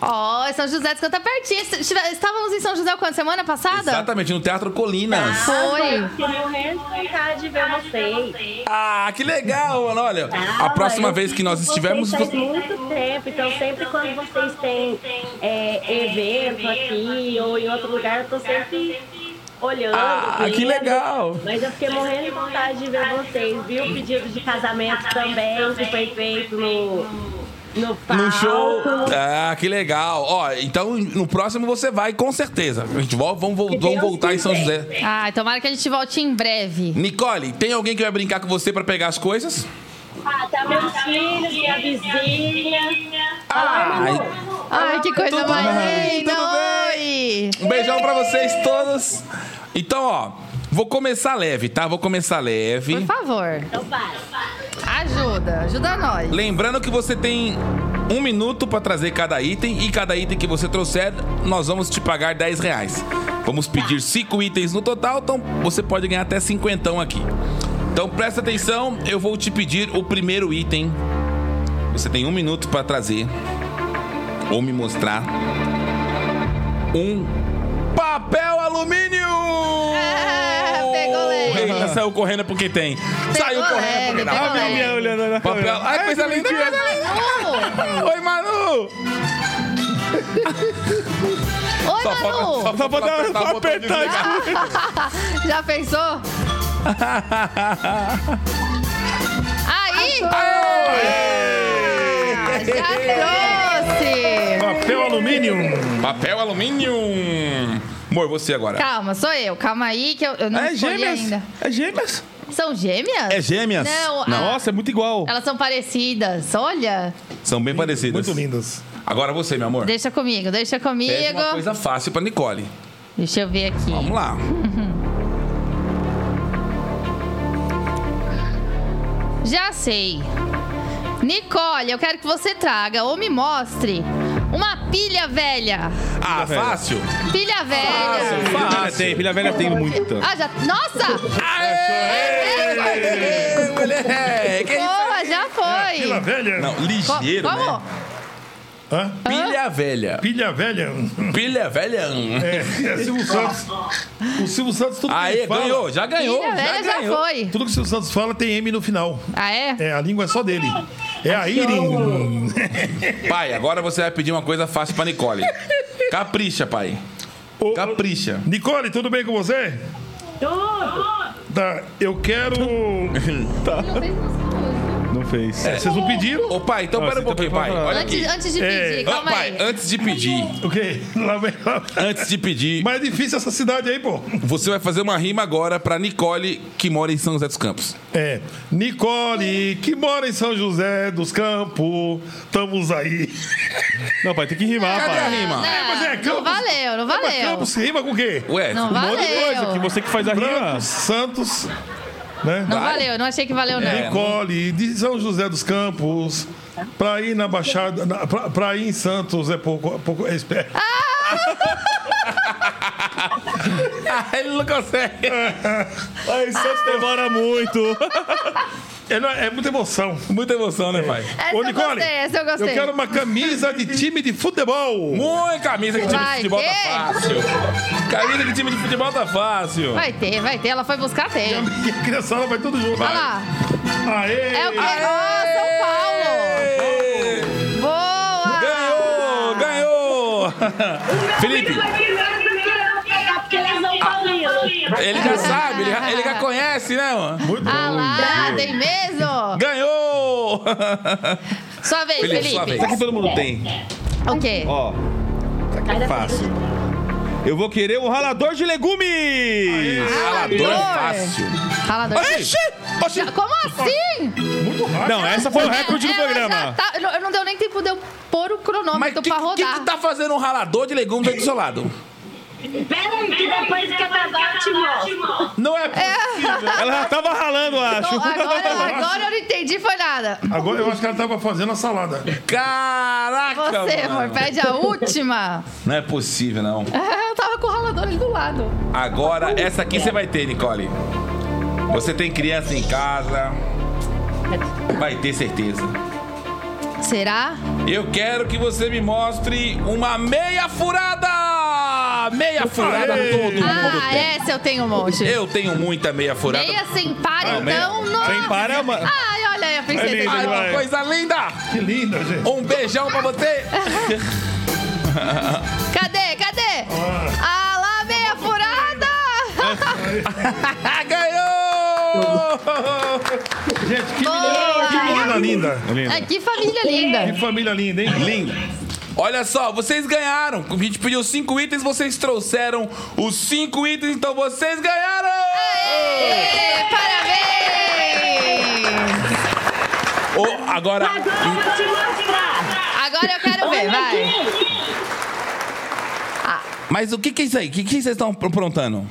Speaker 2: Ó, São José dos Campos tá pertinho. Estive- Estávamos em São José quando? Semana passada?
Speaker 3: Exatamente, no Teatro Colinas.
Speaker 2: Tá. Foi.
Speaker 8: Fiquei morrendo de vontade de ver vocês.
Speaker 3: Ah, que legal, mano. Olha, a
Speaker 8: Ah,
Speaker 3: próxima
Speaker 8: eu
Speaker 3: vez que nós
Speaker 8: sigo
Speaker 3: estivermos.
Speaker 8: Vocês faz muito tempo, então sempre quando vocês têm é, evento aqui ou em outro lugar, eu tô sempre olhando.
Speaker 3: Ah, que
Speaker 8: vendo.
Speaker 3: legal.
Speaker 8: Mas eu fiquei morrendo de vontade de ver vocês, viu? O pedido de casamento também que foi feito no, no palco.
Speaker 3: No show. Ah, que legal. Ó, então no próximo você vai, com certeza. A gente volta, vamos, vol-
Speaker 8: Que
Speaker 3: vamos
Speaker 8: Deus
Speaker 3: voltar em São
Speaker 8: quiser.
Speaker 3: José.
Speaker 2: Ai, tomara que a gente volte em breve.
Speaker 3: Nicole, tem alguém que vai brincar com você pra pegar as coisas?
Speaker 8: Ah, tá meus filhos, minha vizinha.
Speaker 3: Ai,
Speaker 2: Ai, que coisa mais
Speaker 3: bem,
Speaker 2: linda!
Speaker 3: tudo
Speaker 2: Oi!
Speaker 3: Um beijão pra vocês todos. Então, ó, vou começar leve, tá? Vou começar
Speaker 2: Por
Speaker 3: leve.
Speaker 2: favor,
Speaker 8: Então vai.
Speaker 2: ajuda, ajuda nós.
Speaker 3: Lembrando que você tem um minuto pra trazer cada item e cada item que você trouxer, nós vamos te pagar 10 reais. Vamos pedir cinco itens no total, então você pode ganhar até cinquentão aqui. Então presta atenção, eu vou te pedir o primeiro item. Você tem um minuto pra trazer ou me mostrar um papel alumínio.
Speaker 2: É, *laughs* pegou leve.
Speaker 3: Ele saiu correndo porque tem. Saiu correndo
Speaker 2: leve,
Speaker 3: porque não.
Speaker 2: pegou leve.
Speaker 4: Minha olhando na
Speaker 3: Papel.
Speaker 4: câmera. É,
Speaker 3: Ai, coisa linda, coisa linda.
Speaker 2: Manu!
Speaker 3: Oi, Manu!
Speaker 2: Oi, Manu!
Speaker 4: Só pra dar- só apertar isso.
Speaker 2: Já pensou? Aí! Ah, Já trouxe!
Speaker 5: Papel alumínio.
Speaker 3: Papel alumínio! Amor, você agora.
Speaker 2: Calma, sou eu. Calma aí que eu, eu não
Speaker 4: É
Speaker 2: escolhi
Speaker 4: gêmeas?
Speaker 2: ainda.
Speaker 4: É gêmeas?
Speaker 2: São gêmeas?
Speaker 3: É gêmeas?
Speaker 2: Não, a-
Speaker 4: Nossa, é muito igual.
Speaker 2: elas são parecidas. Olha,
Speaker 3: São bem parecidas.
Speaker 5: Muito lindas.
Speaker 3: Agora você, meu amor.
Speaker 2: deixa comigo, deixa
Speaker 3: Pede
Speaker 2: comigo.
Speaker 3: uma coisa fácil pra Nicole.
Speaker 2: Deixa eu ver aqui.
Speaker 3: Vamos lá.
Speaker 2: Já sei. Nicole, eu quero que você traga ou me mostre uma pilha velha.
Speaker 3: Ah,
Speaker 4: velha.
Speaker 3: fácil?
Speaker 2: Pilha velha.
Speaker 4: Filha velha Ah, tem, filha velha tem muita.
Speaker 2: Ah, já. Nossa!
Speaker 3: Aê, moleque!
Speaker 2: Boa, já
Speaker 3: É,
Speaker 5: Vila
Speaker 2: foi.
Speaker 3: *laughs*
Speaker 5: velha.
Speaker 3: Não,
Speaker 2: Co-
Speaker 3: ligeiro, né?
Speaker 2: Vamos.
Speaker 5: Hã?
Speaker 3: Pilha velha.
Speaker 5: Pilha velha.
Speaker 3: Pilha velha. hum.
Speaker 5: É, é Silvio Santos. O Silvio Santos, tudo que
Speaker 3: Aí,
Speaker 5: ele fala,
Speaker 3: ganhou, já ganhou.
Speaker 2: Filha velha já,
Speaker 3: ganhou.
Speaker 2: foi.
Speaker 5: Tudo que o Silvio Santos fala tem M no final.
Speaker 2: Ah, é?
Speaker 5: É, a língua é só dele. É a Irin.
Speaker 3: Pai, agora você vai pedir uma coisa fácil pra Nicole. Capricha, pai.
Speaker 5: Ô,
Speaker 3: Capricha.
Speaker 5: Nicole, tudo bem com você?
Speaker 8: Tudo!
Speaker 5: Tá, eu quero. É,
Speaker 4: Não fez.
Speaker 5: Vocês não pediram?
Speaker 3: Ô, pai, então
Speaker 4: Não,
Speaker 3: pera um
Speaker 4: você tá
Speaker 3: pouquinho, pai.
Speaker 4: preparado.
Speaker 3: Olha aqui.
Speaker 2: Antes, antes de
Speaker 5: É,
Speaker 2: pedir,
Speaker 3: Ô,
Speaker 2: calma
Speaker 3: pai,
Speaker 2: aí.
Speaker 3: antes de pedir,
Speaker 5: O quê? Lá vem, lá vem.
Speaker 3: antes de pedir,
Speaker 5: Mas é difícil essa cidade aí, pô.
Speaker 3: você vai fazer uma rima agora pra Nicole, que mora em São José dos Campos.
Speaker 5: É, Nicole, que mora em São José dos Campos, estamos aí.
Speaker 4: Não, pai, tem que rimar,
Speaker 3: Cadê a
Speaker 4: pai.
Speaker 3: rima?
Speaker 2: Ah, Não,
Speaker 5: mas é,
Speaker 2: não
Speaker 5: Campos-
Speaker 2: valeu, não
Speaker 5: Mas
Speaker 2: valeu.
Speaker 5: Campos rima com o quê?
Speaker 3: Ué, *laughs*
Speaker 2: Não
Speaker 4: Um monte de coisa, que
Speaker 2: valeu.
Speaker 4: você que faz a rima.
Speaker 5: Brancos, Santos, né?
Speaker 2: Não valeu, não achei que valeu,
Speaker 5: É.
Speaker 2: não.
Speaker 5: Nicole, de São José dos Campos, pra ir na Baixada, na, pra, pra ir em Santos é pouco, pouco é esperto.
Speaker 3: Ah, ele não consegue.
Speaker 4: Ai, Santos
Speaker 2: Ah.
Speaker 4: demora muito.
Speaker 5: É, não, é muita emoção.
Speaker 3: Muita emoção, né, pai?
Speaker 2: Essa eu gostei, essa eu gostei.
Speaker 5: quero uma camisa de time de futebol.
Speaker 3: Muito camisa que time de
Speaker 2: Vai
Speaker 3: futebol tá
Speaker 2: ter?
Speaker 3: fácil. Camisa que time de futebol tá fácil.
Speaker 2: Vai ter, vai ter. Ela foi buscar, tem. Olha
Speaker 5: E a criançada vai tudo junto.
Speaker 2: Ah lá.
Speaker 5: Aê!
Speaker 2: É o quê? Ah,
Speaker 3: Ê,
Speaker 2: São Paulo. Boa.
Speaker 3: Ganhou, ganhou. Felipe,
Speaker 8: Porque ele é São Paulino.
Speaker 3: Ah. ele já sabe, ele já, ele já conhece, né, mano?
Speaker 5: Muito
Speaker 2: Ah lá, tem mesmo?
Speaker 3: Ganhou.
Speaker 2: Sua vez,
Speaker 3: Felipe,
Speaker 2: Felipe.
Speaker 3: sua vez.
Speaker 4: Isso aqui todo mundo tem.
Speaker 2: O quê?
Speaker 4: Ó, isso aqui é fácil. Eu vou querer um ralador de legumes.
Speaker 3: Ralador é fácil.
Speaker 2: Ralador.
Speaker 3: Oxi, oxi.
Speaker 2: Já- Como assim?
Speaker 5: Muito rápido.
Speaker 4: Não, essa foi o recorde do
Speaker 2: Ela já
Speaker 4: programa.
Speaker 2: tá- eu não- eu não deu nem tempo de eu pôr o
Speaker 3: Mas
Speaker 2: cronômetro
Speaker 3: o que,
Speaker 2: pra
Speaker 3: que,
Speaker 2: rodar.
Speaker 3: que tá fazendo um ralador de legumes aí do seu lado?
Speaker 8: Peraí, que depois que acabar eu te mostro.
Speaker 3: Não é
Speaker 4: Ela já tava ralando, eu acho.
Speaker 2: Então, agora, agora eu não entendi, foi nada.
Speaker 5: Agora eu acho que ela tava fazendo a salada.
Speaker 3: Caraca,
Speaker 2: Você,
Speaker 3: mano.
Speaker 2: amor, pede a última.
Speaker 3: Não é possível, não.
Speaker 2: Eu tava com o ralador ali do lado.
Speaker 3: Agora, essa aqui você vai ter, Nicole. Você tem criança em casa. Vai ter certeza.
Speaker 2: Será?
Speaker 3: Eu quero que você me mostre uma meia furada! Meia furada
Speaker 5: Aê!
Speaker 3: todo mundo
Speaker 2: Ah,
Speaker 3: tem. um
Speaker 2: essa eu tenho um monte.
Speaker 3: Eu tenho muita meia furada.
Speaker 2: Meia sem par,
Speaker 3: Ah, meia-
Speaker 2: então, nossa.
Speaker 4: Sem par é uma-
Speaker 2: Ai, olha aí a princesa.
Speaker 4: É lindo,
Speaker 2: de
Speaker 3: Ai,
Speaker 2: volta.
Speaker 3: que coisa linda!
Speaker 5: Que linda, gente.
Speaker 3: Um beijão pra você! *laughs*
Speaker 2: Cadê? Cadê? Ah, lá, meia furada!
Speaker 3: Ah, Ganhou!
Speaker 5: Gente, que
Speaker 2: Boa!
Speaker 5: menina, que menina linda.
Speaker 2: Ai, que família linda.
Speaker 5: Que família linda, hein? Linda.
Speaker 3: Olha só, vocês ganharam. A gente pediu cinco itens, vocês trouxeram os cinco itens, então vocês ganharam!
Speaker 2: Ê, Parabéns!
Speaker 3: Ô, agora,
Speaker 8: Agora eu vou te mostrar.
Speaker 2: Agora eu quero ver, vai.
Speaker 3: mas o que, que é isso aí? O que, que vocês estão aprontando?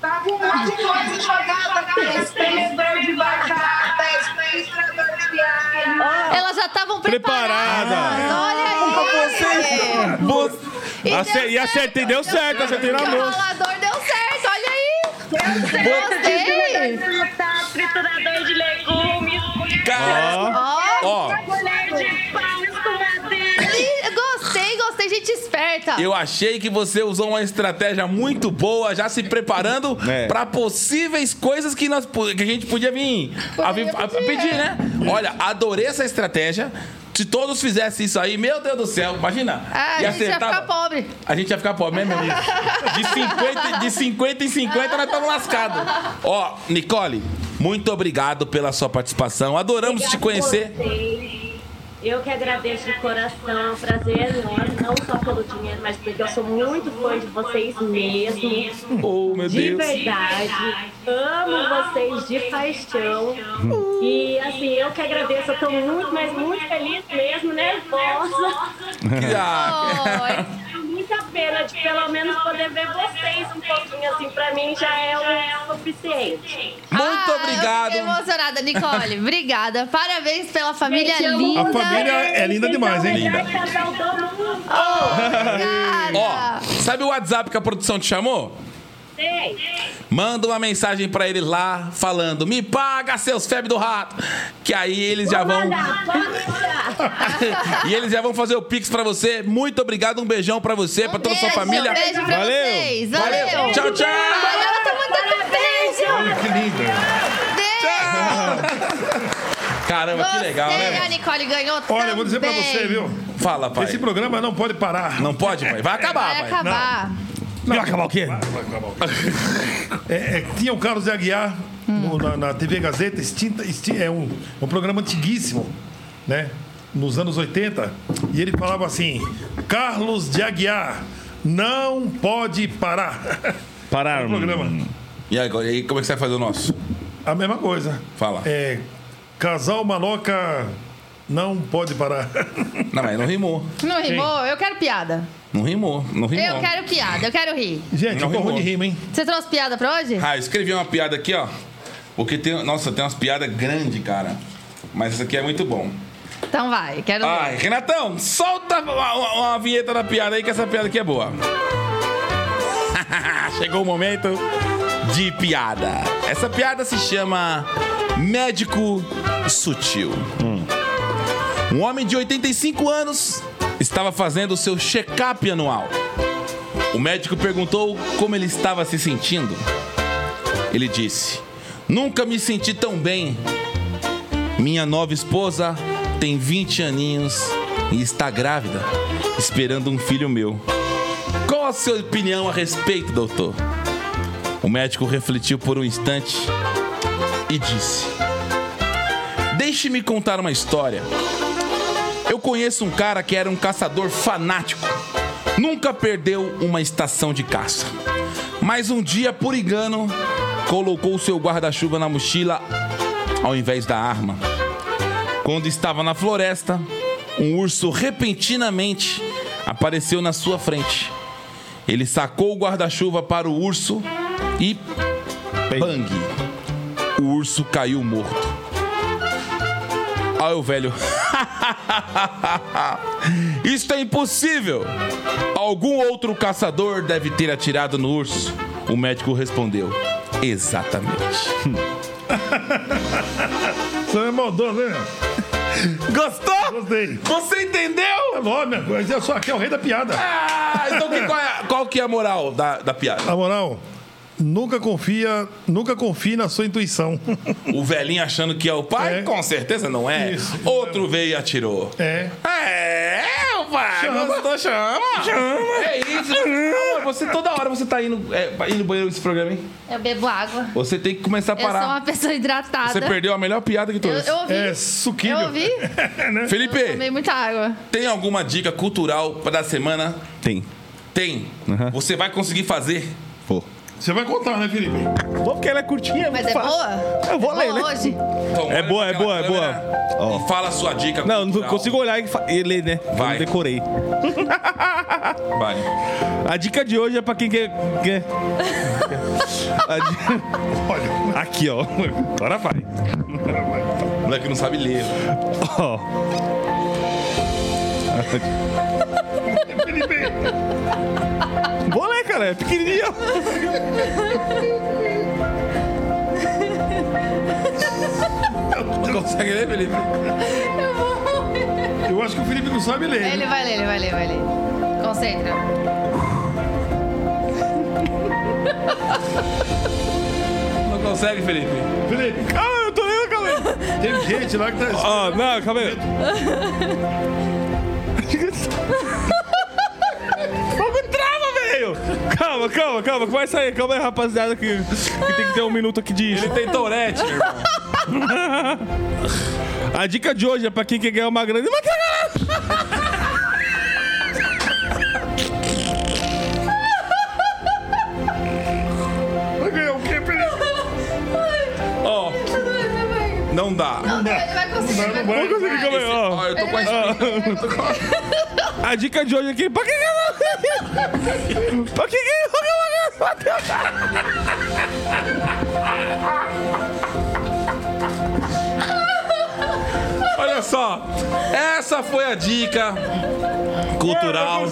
Speaker 9: Tá com um monte de coisa jogada, cara. Espremedor de batata, espremedor de alho.
Speaker 2: Elas já estavam preparadas.
Speaker 4: Preparada.
Speaker 2: Olha aí!
Speaker 4: Você-
Speaker 2: Então deu
Speaker 4: Ace- E acertei, deu certo, acertei na
Speaker 2: O
Speaker 4: mão.
Speaker 2: ralador deu certo, olha aí!
Speaker 8: Triturador
Speaker 2: Gostei!
Speaker 8: de batata, triturador é de legumes,
Speaker 3: Cara,
Speaker 2: Ó,
Speaker 3: ó,
Speaker 8: colher de pau, escovadeira.
Speaker 2: e- gostei, gostei, gente esperta.
Speaker 3: eu achei que você usou uma estratégia muito boa, já se preparando
Speaker 4: É.
Speaker 3: pra possíveis coisas que, nós, pu- que a gente podia vir a, vir- a- a pedir, né? Olha, adorei essa estratégia. Se todos fizessem isso aí, meu Deus do céu, imagina.
Speaker 2: Ah,
Speaker 3: E
Speaker 2: a gente ia
Speaker 3: acertava.
Speaker 2: ficar
Speaker 3: *laughs*
Speaker 2: pobre.
Speaker 3: A gente ia ficar pobre, né, meu amigo? De 50, de 50 em 50, nós estamos lascados. Ó, Nicole, muito obrigado pela sua participação. Adoramos te conhecer.
Speaker 8: Eu que agradeço de coração, é um prazer enorme, não só pelo dinheiro, mas porque eu sou muito fã de vocês mesmo.
Speaker 4: Oh, meu
Speaker 8: De
Speaker 4: Deus.
Speaker 8: verdade, amo vocês de paixão. E assim, eu que agradeço, eu tô muito, mas muito feliz mesmo, nervosa.
Speaker 3: Que- *laughs* ah,
Speaker 2: Oi.
Speaker 8: Tenho muita pena de pelo menos poder ver vocês um pouquinho assim, pra mim já é o suficiente.
Speaker 3: muito
Speaker 2: Ah, Eu fiquei
Speaker 3: obrigado.
Speaker 2: emocionada, Nicole. obrigada. Parabéns pela família
Speaker 8: Gente, eu amo
Speaker 2: linda.
Speaker 5: A família é linda demais, hein?
Speaker 8: Melhor casal do mundo.
Speaker 2: Obrigada.
Speaker 3: Ó, sabe o WhatsApp que a produção te chamou?
Speaker 8: Sim.
Speaker 3: Manda uma mensagem pra eles lá falando: me paga seus febres do rato. Que aí eles já vão.
Speaker 8: Manda, pode
Speaker 3: *laughs*
Speaker 8: deixar.
Speaker 3: e eles já vão fazer o pix pra você. Muito obrigado, um beijão pra você, pra toda a sua
Speaker 2: Beijo, um
Speaker 3: família.
Speaker 2: Beijo pra
Speaker 4: Valeu.
Speaker 2: vocês. Valeu.
Speaker 3: Valeu. Tchau, tchau.
Speaker 2: Ai, ela tá mandando beijo.
Speaker 5: Olha que linda.
Speaker 2: Beijo.
Speaker 3: Caramba, que legal,
Speaker 2: Você,
Speaker 3: né?
Speaker 2: A
Speaker 3: velho?
Speaker 2: Nicole ganhou
Speaker 5: Olha, eu vou dizer pra
Speaker 2: também.
Speaker 5: você, viu?
Speaker 3: Fala, pai.
Speaker 5: Esse programa não pode parar.
Speaker 3: Não pode, pai. Vai acabar,
Speaker 2: Vai
Speaker 3: pai.
Speaker 2: acabar.
Speaker 4: Vai acabar o quê?
Speaker 5: É, é, tinha o Carlos de Aguiar no- na, na TV Gazeta, extinta, exti- é um, um programa antiguíssimo, né? Nos anos 80, e ele falava assim: Carlos de Aguiar não pode parar. *laughs*
Speaker 4: Pararam.
Speaker 3: Hum.
Speaker 5: programa.
Speaker 3: E agora, e aí, como é que você vai fazer o nosso?
Speaker 5: A mesma coisa.
Speaker 3: Fala.
Speaker 5: É, casal maloca não pode parar. *laughs*
Speaker 3: Não, mas não rimou.
Speaker 2: Não rimou? Eu quero piada.
Speaker 3: Não rimou. Não rimou.
Speaker 2: Eu quero piada, eu quero rir.
Speaker 5: Gente,
Speaker 3: Não
Speaker 5: ficou
Speaker 3: rimou.
Speaker 5: ruim de rima, hein?
Speaker 2: Você trouxe piada pra hoje?
Speaker 3: Ah, eu escrevi uma piada aqui, ó. Porque tem. Nossa, tem umas piadas grandes, cara. Mas essa aqui é muito bom.
Speaker 2: Então vai, quero
Speaker 3: Ai,
Speaker 2: rir.
Speaker 3: Renatão, solta uma, uma- uma vinheta da piada aí, que essa piada aqui é boa. *laughs* Chegou o momento de piada. Essa piada se chama Médico Sutil. Um homem de 85 anos estava fazendo o seu check-up anual. O médico perguntou como ele estava se sentindo. Ele disse: Nunca me senti tão bem. Minha nova esposa tem 20 aninhos e está grávida, esperando um filho meu. Qual a sua opinião a respeito, doutor? O médico refletiu por um instante e disse: Deixe-me contar uma história. Eu conheço um cara que era um caçador fanático. Nunca perdeu uma estação de caça. Mas um dia, por engano, colocou seu guarda-chuva na mochila ao invés da arma. Quando estava na floresta, um urso repentinamente apareceu na sua frente. Ele sacou o guarda-chuva para o urso e. Bang! O urso caiu morto. Olha o velho. *laughs* Isso é impossível! Algum outro caçador deve ter atirado no urso. O médico respondeu: Exatamente.
Speaker 5: Você é maldoso, né?
Speaker 3: *laughs* Gostou?
Speaker 5: Gostei.
Speaker 3: Você entendeu?
Speaker 5: É lógico, minha coisa. Eu sou aqui, é o rei da piada.
Speaker 3: Ah, então que- qual, é, qual que é a moral da, da piada?
Speaker 5: Na moral, Tá nunca confia, nunca confie na sua intuição.
Speaker 3: O velhinho achando que é o pai?
Speaker 5: É.
Speaker 3: Com certeza não é.
Speaker 5: Isso.
Speaker 3: Outro veio e atirou.
Speaker 5: É.
Speaker 3: É, pai,
Speaker 5: Chama.
Speaker 3: gostou? Chama. É isso. Amor, você toda hora você tá indo, é, indo no banheiro nesse programa, hein?
Speaker 2: Eu bebo água.
Speaker 3: Você tem que começar a
Speaker 2: Eu sou
Speaker 3: parar.
Speaker 2: uma pessoa hidratada.
Speaker 3: Você perdeu a melhor piada que
Speaker 2: eu,
Speaker 3: todas.
Speaker 2: eu ouvi.
Speaker 5: É suquinho.
Speaker 2: eu ouvi.
Speaker 3: Felipe,
Speaker 2: Eu tomei muita água.
Speaker 3: tem alguma dica cultural pra da semana?
Speaker 4: Tem.
Speaker 3: Tem. Você vai conseguir fazer.
Speaker 4: Vou.
Speaker 5: Você vai contar, né, Felipe?
Speaker 4: Vou porque ela é curtinha,
Speaker 2: Mas é boa?
Speaker 4: Eu vou
Speaker 2: É
Speaker 4: ler,
Speaker 2: boa
Speaker 4: né?
Speaker 2: hoje?
Speaker 3: Então,
Speaker 4: É
Speaker 3: olha pra
Speaker 4: boa, é boa, é
Speaker 3: aquela
Speaker 4: boa.
Speaker 3: câmera
Speaker 4: Ó.
Speaker 3: E fala a sua dica
Speaker 4: Não, não
Speaker 3: cultural.
Speaker 4: consigo olhar e, fa- e ler, né? Eu
Speaker 3: Vai.
Speaker 4: Não decorei.
Speaker 3: Vai.
Speaker 4: A dica de hoje é pra quem quer. quer- A di-
Speaker 5: Olha,
Speaker 4: Aqui, ó. Agora vai.
Speaker 3: O moleque não sabe ler.
Speaker 4: Ó. Vou ler, cara. É pequenininho.
Speaker 3: Não consegue ler, Felipe?
Speaker 5: eu acho que o Felipe não
Speaker 4: É.
Speaker 5: sabe ler.
Speaker 2: Ele vai ler, ele vai ler, vai ler. Concentra.
Speaker 3: Não consegue, Felipe.
Speaker 5: Felipe,
Speaker 4: Ah, eu tô lendo, calma aí.
Speaker 5: tem gente lá que tá.
Speaker 4: Ó, não, calma aí. Fogo trava, velho. Calma, calma, calma. Vai sair. Calma aí, rapaziada, que, que tem que ter um minuto aqui de...
Speaker 3: Ele tem tourette, meu irmão.
Speaker 4: A dica de hoje é pra quem quer ganhar uma grande. Mas que é
Speaker 5: Vai ganhar o quê, Felipe?
Speaker 3: Ó, não dá.
Speaker 2: Não, ele vai conseguir. ele
Speaker 5: Não
Speaker 2: vai
Speaker 5: vai
Speaker 4: conseguir, calma aí, ó.
Speaker 3: Ó, eu tô com a
Speaker 4: A dica de hoje aqui, é pra que que eu Pra que que eu Bateu, cara.
Speaker 3: Olha só, essa foi a dica
Speaker 5: É,
Speaker 3: cultural.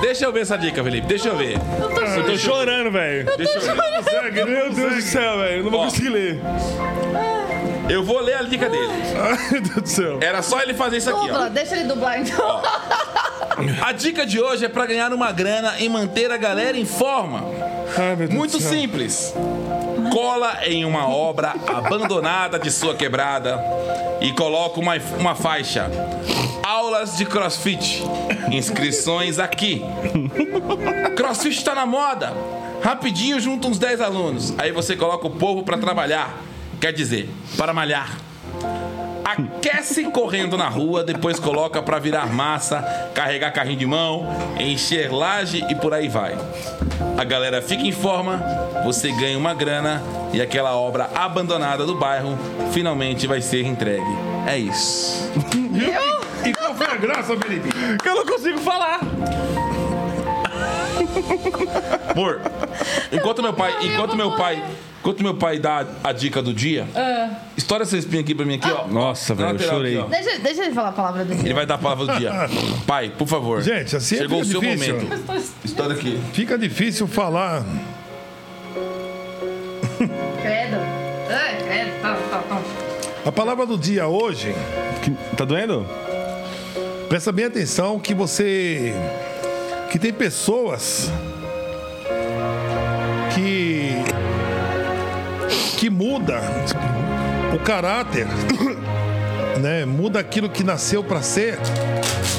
Speaker 3: Deixa eu ver essa dica, Felipe. Deixa eu ver.
Speaker 4: Eu tô chorando, velho.
Speaker 5: Consegue, né?
Speaker 4: Meu Deus do céu, velho. Não vou
Speaker 3: Ó.
Speaker 4: conseguir ler.
Speaker 3: Eu vou ler a dica dele.
Speaker 5: Ai, Meu Deus do céu.
Speaker 3: Era só ele fazer isso aqui, ó.
Speaker 2: Dubla, deixa ele dublar então.
Speaker 3: A dica de hoje é pra ganhar uma grana e manter a galera em forma.
Speaker 5: Ai, meu Deus
Speaker 3: Muito
Speaker 5: do céu.
Speaker 3: simples. Cola em uma obra abandonada de sua quebrada e coloca uma, uma faixa. Aulas de crossfit. Inscrições aqui. Crossfit tá na moda. Rapidinho junta uns 10 alunos. Aí você coloca o povo pra trabalhar. Quer dizer, para malhar. Aquece correndo na rua, depois coloca pra virar massa, carregar carrinho de mão, encher laje e por aí vai. A galera fica em forma, você ganha uma grana e aquela obra abandonada do bairro finalmente vai ser entregue. É isso.
Speaker 5: E qual Então foi a graça, Felipe?
Speaker 4: Eu não consigo falar.
Speaker 2: *laughs*
Speaker 3: Amor, enquanto meu pai,
Speaker 2: Ai, eu
Speaker 3: enquanto
Speaker 2: vou
Speaker 3: meu pai,
Speaker 2: morrer. Ah.
Speaker 3: enquanto meu pai dá a dica do dia, estoura essa espinha aqui pra mim aqui, ó.
Speaker 4: Nossa,
Speaker 3: Na
Speaker 4: velho, eu
Speaker 3: lateral
Speaker 4: chorei.
Speaker 3: aqui, ó.
Speaker 2: *laughs* Deixa, deixa ele falar a palavra dele.
Speaker 3: Ele vai dar a palavra do dia.
Speaker 4: *laughs*
Speaker 3: Pai, por favor.
Speaker 5: Gente,
Speaker 4: é
Speaker 5: assim
Speaker 3: chegou o seu
Speaker 5: fica difícil.
Speaker 3: momento. Estoura aqui.
Speaker 5: Fica difícil falar.
Speaker 2: Credo. Ai, credo. Tá, tá, tá.
Speaker 5: A palavra do dia hoje,
Speaker 4: Que- Tá doendo?
Speaker 5: presta bem atenção que você. que tem pessoas que. que muda o caráter, *coughs* né? Muda aquilo que nasceu para ser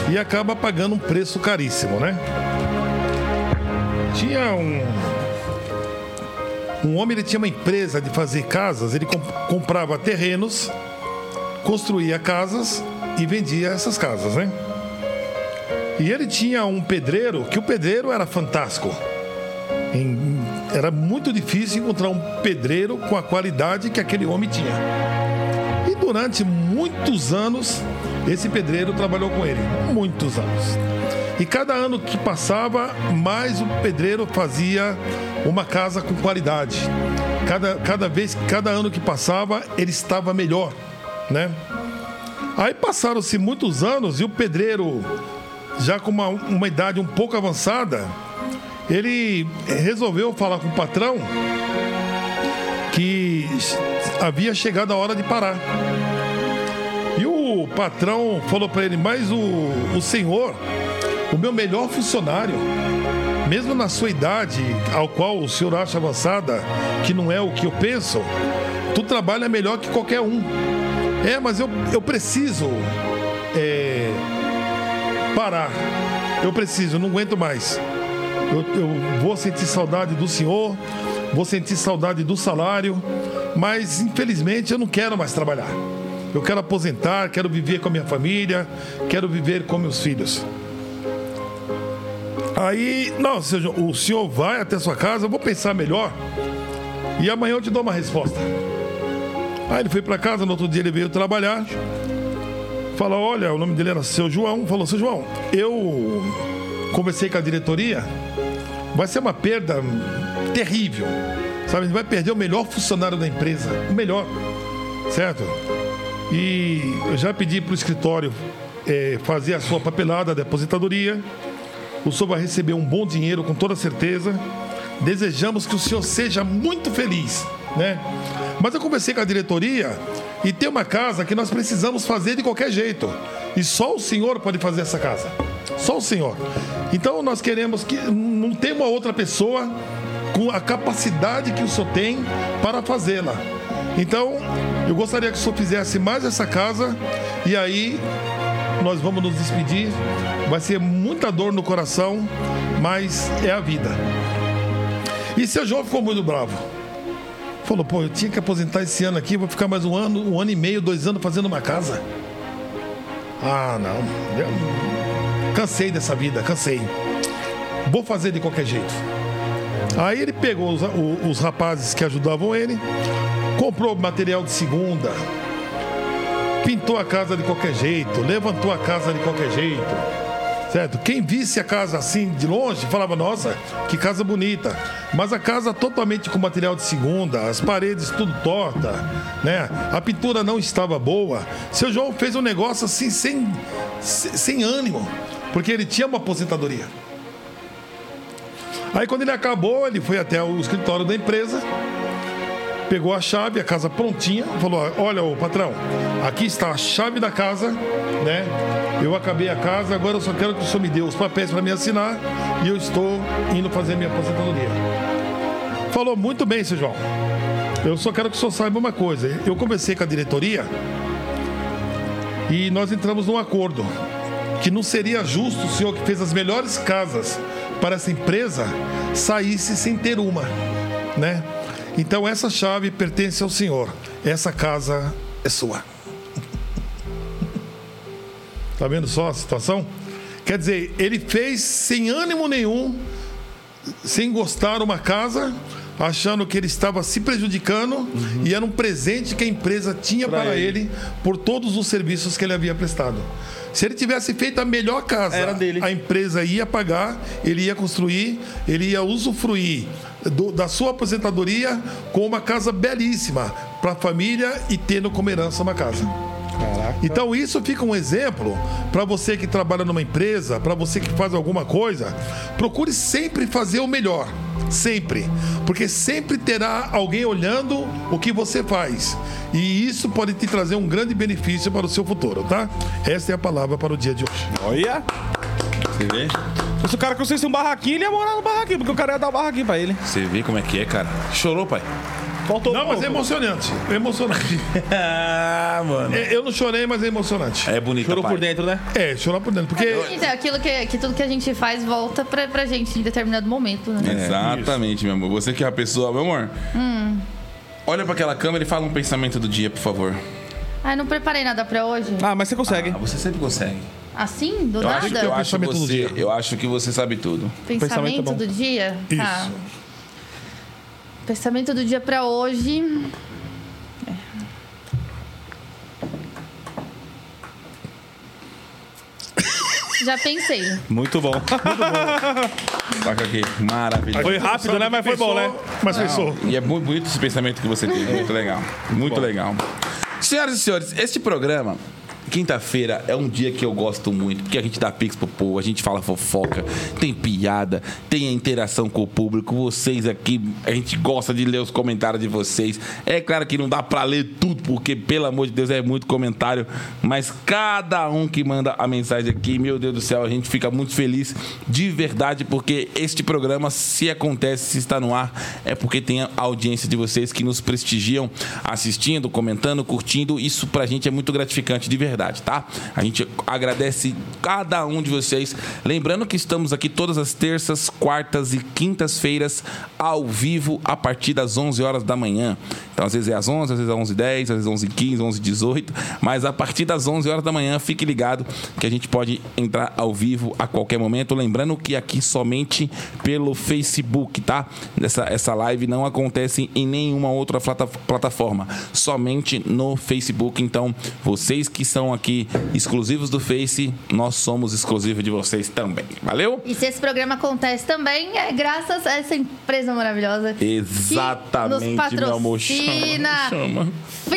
Speaker 5: e acaba pagando um preço caríssimo, né? Tinha um. Um homem ele tinha uma empresa de fazer casas, ele comp- comprava terrenos construía casas e vendia essas casas, né? E ele tinha um pedreiro, que o pedreiro era fantástico. Em- era muito difícil encontrar um pedreiro com a qualidade que aquele homem tinha. E durante muitos anos, esse pedreiro trabalhou com ele. Muitos anos. E cada ano que passava, mais o pedreiro fazia uma casa com qualidade. Cada, cada vez, cada ano que passava, ele estava melhor, né? Aí passaram-se muitos anos e o pedreiro, já com uma, uma idade um pouco avançada, ele resolveu falar com o patrão que havia chegado a hora de parar. E o patrão falou para ele: Mas o, o senhor, o meu melhor funcionário, mesmo na sua idade, ao qual o senhor acha avançada, que não é o que eu penso, tu trabalha melhor que qualquer um. É, mas eu, eu preciso é, parar. Eu preciso, não aguento mais. Eu, eu vou sentir saudade do senhor, vou sentir saudade do salário, mas infelizmente eu não quero mais trabalhar. Eu quero aposentar, quero viver com a minha família, quero viver com meus filhos. Aí, não, senhor, o senhor vai até sua casa, eu vou pensar melhor e amanhã eu te dou uma resposta. Aí ele foi pra casa, no outro dia ele veio trabalhar. Fala, olha, o nome dele era Seu João. Falou, Seu João, eu conversei com a diretoria, vai ser uma perda terrível. Sabe, a gente vai perder o melhor funcionário da empresa, o melhor, certo? E eu já pedi pro escritório eh, fazer a sua papelada da aposentadoria. O senhor vai receber um bom dinheiro, com toda certeza. Desejamos que o senhor seja muito feliz, né? Mas eu conversei com a diretoria e tem uma casa que nós precisamos fazer de qualquer jeito. E só o senhor pode fazer essa casa. Só o senhor. Então nós queremos que não tem uma outra pessoa com a capacidade que o senhor tem para fazê-la. Então, eu gostaria que o senhor fizesse mais essa casa e aí nós vamos nos despedir. Vai ser muita dor no coração, mas é a vida. E seu João ficou muito bravo. Falou, pô, eu tinha que aposentar esse ano aqui, vou ficar mais um ano, um ano e meio, dois anos fazendo uma casa. Ah, não. Eu cansei dessa vida, cansei. Vou fazer de qualquer jeito. Aí ele pegou os, o- os rapazes que ajudavam ele, comprou material de segunda, pintou a casa de qualquer jeito, levantou a casa de qualquer jeito, Certo? Quem visse a casa assim de longe falava, nossa, que casa bonita. Mas a casa totalmente com material de segunda, as paredes tudo torta, né? A pintura não estava boa. Seu João fez um negócio assim sem, sem sem ânimo, porque ele tinha uma aposentadoria. Aí quando ele acabou, ele foi até o escritório da empresa, pegou a chave, a casa prontinha, falou: "Olha, ô patrão, aqui está a chave da casa, né? Eu acabei a casa, agora eu só quero que o senhor me dê os papéis para me assinar e eu estou indo fazer minha aposentadoria." Falou: "Muito bem, seu João. Eu só quero que o senhor saiba uma coisa. Eu conversei com a diretoria e nós entramos num acordo que não seria justo o senhor que fez as melhores casas para essa empresa saísse sem ter uma, né? Então essa chave pertence ao senhor. Essa casa é sua. Tá vendo só a situação? Quer dizer, ele fez sem ânimo nenhum, sem gostar uma casa, achando que ele estava se prejudicando
Speaker 4: Uhum.
Speaker 5: e era um presente que a empresa tinha para ele. por todos os serviços que ele havia prestado. Se ele tivesse feito a melhor casa,
Speaker 4: Era dele.
Speaker 5: a empresa ia pagar, ele ia construir, ele ia usufruir do- da sua aposentadoria com uma casa belíssima para a família e tendo como herança uma casa. Então isso fica um exemplo para você que trabalha numa empresa, para você que faz alguma coisa, procure sempre fazer o melhor, sempre, porque sempre terá alguém olhando o que você faz. E isso pode te trazer um grande benefício para o seu futuro, tá? Essa é a palavra para o dia de hoje.
Speaker 4: Olha!
Speaker 3: Você vê?
Speaker 4: Se o cara conseguisse um barraquinho, ele ia morar no barraquinho, porque o cara ia dar o barraquinho pra ele.
Speaker 3: Você vê como é que é, cara? Chorou, pai?
Speaker 4: Faltou
Speaker 5: Não, mas é emocionante, é
Speaker 4: *laughs*
Speaker 5: emocionante.
Speaker 3: Ah, mano.
Speaker 5: É, Eu não chorei, mas é emocionante.
Speaker 3: É bonita,
Speaker 4: Chorou
Speaker 3: pai.
Speaker 4: por dentro, né?
Speaker 5: É, chorar por dentro, porque
Speaker 2: Então, é aquilo que, que tudo que a gente faz volta pra, pra gente em determinado momento, né?
Speaker 3: É. Exatamente, meu amor. Você que é a pessoa, meu amor. Olha pra aquela câmera e fala um pensamento do dia, por favor. É.
Speaker 2: Ai, não preparei nada pra hoje.
Speaker 4: Ah, mas você consegue.
Speaker 3: Ah, você sempre consegue.
Speaker 2: Assim? Do
Speaker 3: Eu
Speaker 2: nada?
Speaker 3: acho, que, eu, acho que
Speaker 5: pensamento do
Speaker 3: você,
Speaker 5: dia.
Speaker 3: eu acho que você sabe tudo.
Speaker 2: Pensamento,
Speaker 4: Pensamento bom.
Speaker 2: do dia? Tá.
Speaker 5: Isso.
Speaker 2: Pensamento do dia pra hoje. É. Já pensei.
Speaker 3: *laughs*
Speaker 4: Muito bom.
Speaker 3: Saca aqui. Maravilha.
Speaker 4: Foi rápido, né? Mas foi bom, né?
Speaker 5: Mas pensou.
Speaker 3: E é muito bonito esse pensamento que você teve. Muito legal. Muito legal. Senhoras e senhores, este programa, quinta-feira, é um dia que eu gosto muito, porque a gente dá pix pro povo, a gente fala fofoca, tem piada, tem a interação com o público. Vocês aqui, a gente gosta de ler os comentários de vocês. É claro que não dá pra ler tudo, porque, pelo amor de Deus, é muito comentário. Mas cada um que manda a mensagem aqui, meu Deus do céu, a gente fica muito feliz de verdade, porque este programa, se acontece, se está no ar, é porque tem a audiência de vocês que nos prestigiam assistindo, comentando, curtindo. Isso pra gente é muito gratificante de verdade, tá? A gente agradece cada um de vocês. Lembrando que estamos aqui todas as terças, quartas e quintas-feiras ao vivo a partir das 11 horas da manhã. Então às vezes é às 11, às vezes é 11 h 10, às vezes 11 h 15, 11 h 18, mas a partir das 11 horas da manhã fique ligado que a gente pode entrar ao vivo a qualquer momento, lembrando que aqui somente pelo Facebook, tá? Essa, essa live não acontece em nenhuma outra plata- plataforma, somente no Facebook. Então, vocês que são aqui exclusivos do Face, nós somos exclusivos de vocês também. Valeu?
Speaker 2: E se esse programa acontece também, é graças a essa empresa maravilhosa. que nos
Speaker 3: Exatamente, meu amor.
Speaker 2: patrocina.
Speaker 3: chama.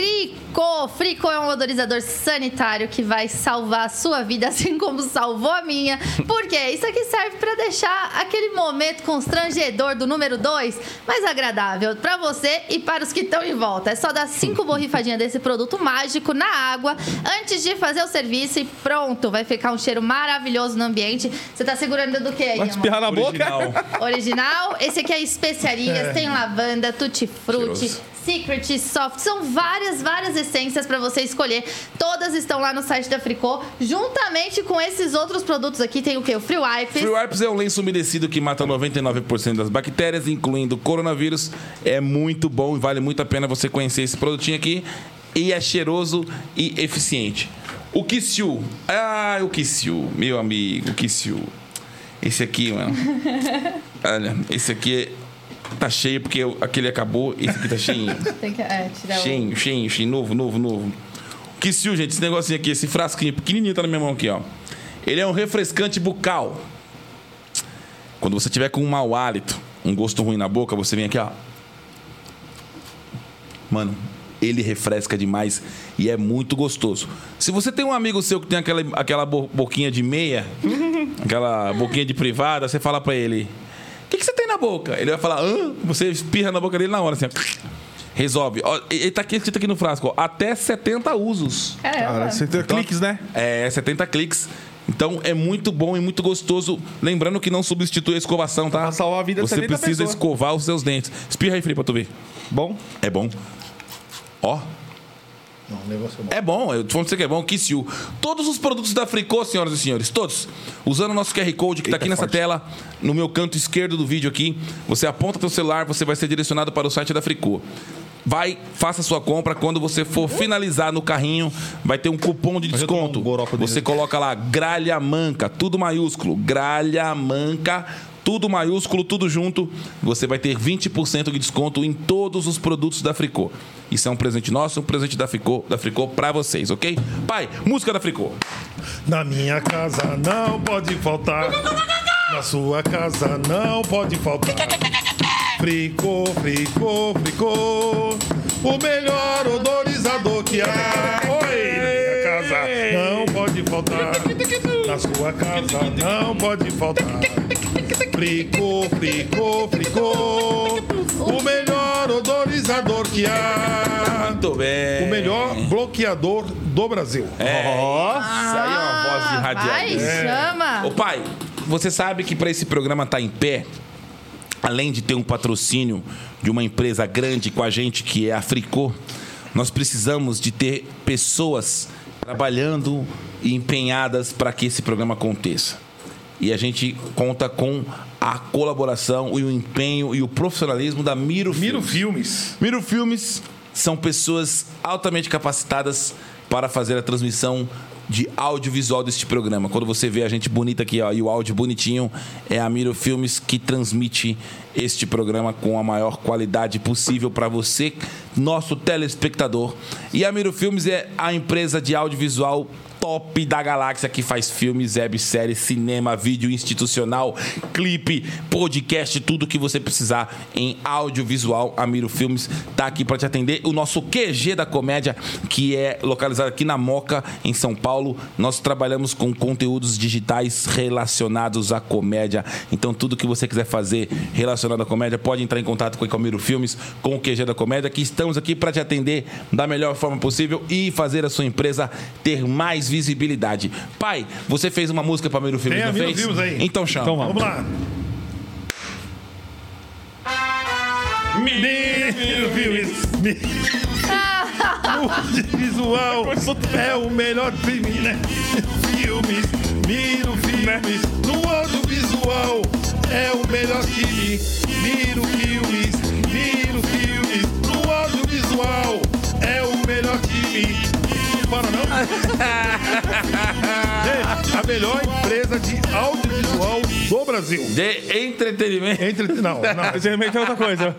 Speaker 2: Frico! Frico é um odorizador sanitário que vai salvar a sua vida, *laughs* assim como salvou a minha. Porque isso aqui serve pra deixar aquele momento constrangedor do número 2 mais agradável pra você e para os que estão em volta. É só dar cinco borrifadinhas desse produto mágico na água antes de fazer o serviço e pronto, vai ficar um cheiro maravilhoso no ambiente. Você tá segurando do que aí,
Speaker 4: Vai
Speaker 2: amor?
Speaker 4: espirrar na boca. *laughs*
Speaker 3: Original.
Speaker 2: original. Esse aqui é especiarias, tem lavanda, tutti frutti,
Speaker 3: Cheiroso.
Speaker 2: secret soft. São várias, várias essências pra você escolher. Todas estão lá no site da Fricô, juntamente com esses outros produtos aqui. Tem o quê? O Free Wipes.
Speaker 3: Free Wipes é um lenço umedecido que mata 99% das bactérias, incluindo coronavírus. É muito bom e vale muito a pena você conhecer esse produtinho aqui. E é cheiroso e eficiente. O Kissiu. Ah, o Kissiu. Meu amigo, o Kissiu. Esse
Speaker 2: *laughs*
Speaker 3: aqui, mano. Olha, esse aqui tá cheio porque eu- aquele acabou. Esse aqui tá cheinho.
Speaker 2: *laughs* Tem que é, tirar o...
Speaker 3: Cheio, cheio, cheio, novo, novo, novo. Que sil, gente, esse negocinho aqui, esse frasquinho pequenininho tá na minha mão aqui, ó. Ele é um refrescante bucal. Quando você tiver com um mau hálito, um gosto ruim na boca, você vem aqui, ó. Mano, ele refresca demais e é muito gostoso. Se você tem um amigo seu que tem aquela, aquela bo- boquinha de meia, aquela boquinha de privada, você fala pra ele: O que, que você tem na boca? Ele vai falar: Hã? Você espirra na boca dele na hora, assim, ó. Resolve. Ó, e- e tá aqui escrito aqui no frasco: ó, até 70 usos.
Speaker 2: Caramba.
Speaker 4: Cara, você tem cliques, né?
Speaker 3: É, 70 cliques. Então é muito bom e muito gostoso. Lembrando que não substitui a escovação, tá?
Speaker 4: Pra salvar a vida de
Speaker 3: Você
Speaker 4: 70
Speaker 3: precisa
Speaker 4: pessoas.
Speaker 3: escovar os seus dentes. Espirra aí, Felipe, pra tu ver.
Speaker 4: Bom.
Speaker 3: É bom. Ó.
Speaker 5: Não, o negócio é bom.
Speaker 3: É bom, eu tô falando pra você que é bom, Kiss You. Todos os produtos da Fricô, senhoras e senhores, todos. Usando o nosso QR Code que tá aqui nessa tela, no meu canto esquerdo do vídeo aqui, você aponta teu celular, você vai ser direcionado para o site da Fricô. Vai, faça sua compra. Quando você for finalizar no carrinho, vai ter um cupom de
Speaker 4: eu tomar um
Speaker 3: desconto.
Speaker 4: goropo dele.
Speaker 3: Você coloca lá gralha manca, tudo maiúsculo, gralha manca, tudo maiúsculo, tudo junto. Você vai ter 20% de desconto em todos os produtos da Fricô. Isso é um presente nosso, um presente da Fricô, da Fricô para vocês, OK? Pai, música da Fricô.
Speaker 5: Na minha casa não pode faltar. Na sua casa não pode faltar. Fricô, fricô, fricô. O melhor odorizador que há. Oi! Na minha casa não pode faltar. Na sua casa não pode faltar. Fricô, fricô, fricô. O melhor odorizador que há.
Speaker 3: Muito bem.
Speaker 5: O melhor bloqueador do Brasil.
Speaker 3: Nossa, aí é uma voz de
Speaker 2: Ah, vai,
Speaker 3: radialista.
Speaker 2: chama.
Speaker 3: Ô pai, você sabe que para esse programa estar em pé, além de ter um patrocínio de uma empresa grande com a gente, que é a Fricô, nós precisamos de ter pessoas trabalhando e empenhadas para que esse programa aconteça. E a gente conta com a colaboração e o empenho e o profissionalismo da Miro
Speaker 5: Miro Filmes.
Speaker 3: Miro Filmes são pessoas altamente capacitadas para fazer a transmissão de audiovisual deste programa. Quando você vê a gente bonita aqui, ó, e o áudio bonitinho, é a Miro Filmes que transmite este programa com a maior qualidade possível para você, nosso telespectador. E a Miro Filmes é a empresa de audiovisual top da galáxia que faz filmes, webséries, cinema, vídeo institucional, clipe, podcast, tudo que você precisar em audiovisual. Amiro Filmes tá aqui para te atender. O nosso QG da comédia, que é localizado aqui na Moca, em São Paulo. Nós trabalhamos com conteúdos digitais relacionados à comédia. Então, tudo que você quiser fazer relacionado à comédia, pode entrar em contato com o Amiro Filmes, com o QG da comédia, que estamos aqui para te atender da melhor forma possível e fazer a sua empresa ter mais visibilidade. Pai, você fez uma música para Amiro Filmes,
Speaker 5: Tem
Speaker 3: não
Speaker 5: Amiro
Speaker 3: fez?
Speaker 5: Filmes aí.
Speaker 3: Então chama.
Speaker 4: Então vamos.
Speaker 5: Vamos lá. Menino Filmes. O visual é o melhor filme, né? Filmes, Miro Filmes. No audiovisual é o melhor time. Miro Filmes, Miro Filmes. No audiovisual é o melhor time. Não para não. *laughs* Gente, a melhor empresa de audiovisual do Brasil.
Speaker 3: De entretenimento.
Speaker 5: Entre... Não, não.
Speaker 4: Mas ele meteu outra coisa.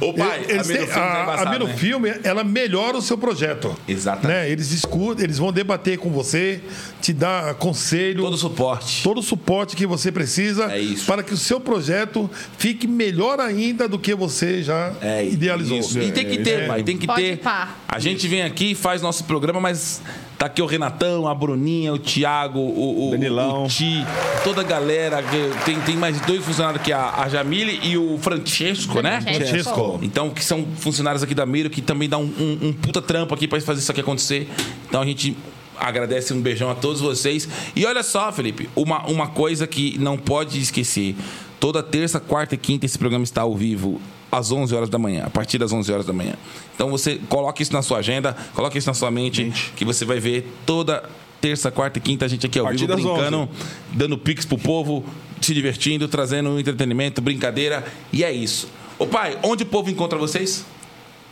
Speaker 3: Ô *laughs* pai, a
Speaker 5: Eles
Speaker 3: Miro
Speaker 5: têm-
Speaker 3: Filmes é
Speaker 5: a,
Speaker 3: embaçado,
Speaker 5: a Miro
Speaker 3: né?
Speaker 5: Filme, ela melhora o seu projeto.
Speaker 3: Exatamente.
Speaker 5: Né? Eles discutem, eles vão debater com você, te dar conselho,
Speaker 3: Todo
Speaker 5: todo,
Speaker 3: suporte.
Speaker 5: o suporte que você precisa
Speaker 3: É isso.
Speaker 5: para que o seu projeto fique melhor ainda do que você já
Speaker 3: É,
Speaker 5: idealizou.
Speaker 3: isso. E tem que ter, pai, tem que
Speaker 2: Pode
Speaker 3: ter.
Speaker 2: pá.
Speaker 3: A gente vem aqui, faz nosso programa, mas tá aqui o Renatão, a Bruninha, o Thiago, o, o,
Speaker 4: Danilão.
Speaker 3: o Ti, toda a galera. que Tem, tem mais dois funcionários aqui, a, a Jamile e o Francesco, né?
Speaker 2: Francesco.
Speaker 5: Francesco.
Speaker 3: Então, que são funcionários aqui da Miro, que também dá um, um- um puta trampo aqui pra fazer isso aqui acontecer. Então, a gente agradece um beijão a todos vocês. E olha só, Felipe, uma, uma coisa que não pode esquecer. Toda terça, quarta e quinta esse programa está ao vivo às 11 horas da manhã, a partir das 11 horas da manhã. Então você coloca isso na sua agenda, coloca isso na sua mente, que você vai ver toda terça, quarta e quinta a gente aqui ao
Speaker 4: A partir
Speaker 3: vivo
Speaker 4: das
Speaker 3: brincando
Speaker 4: 11.
Speaker 3: dando pix pro povo, se divertindo, trazendo entretenimento, brincadeira. E é isso. Ô pai, onde o povo encontra vocês?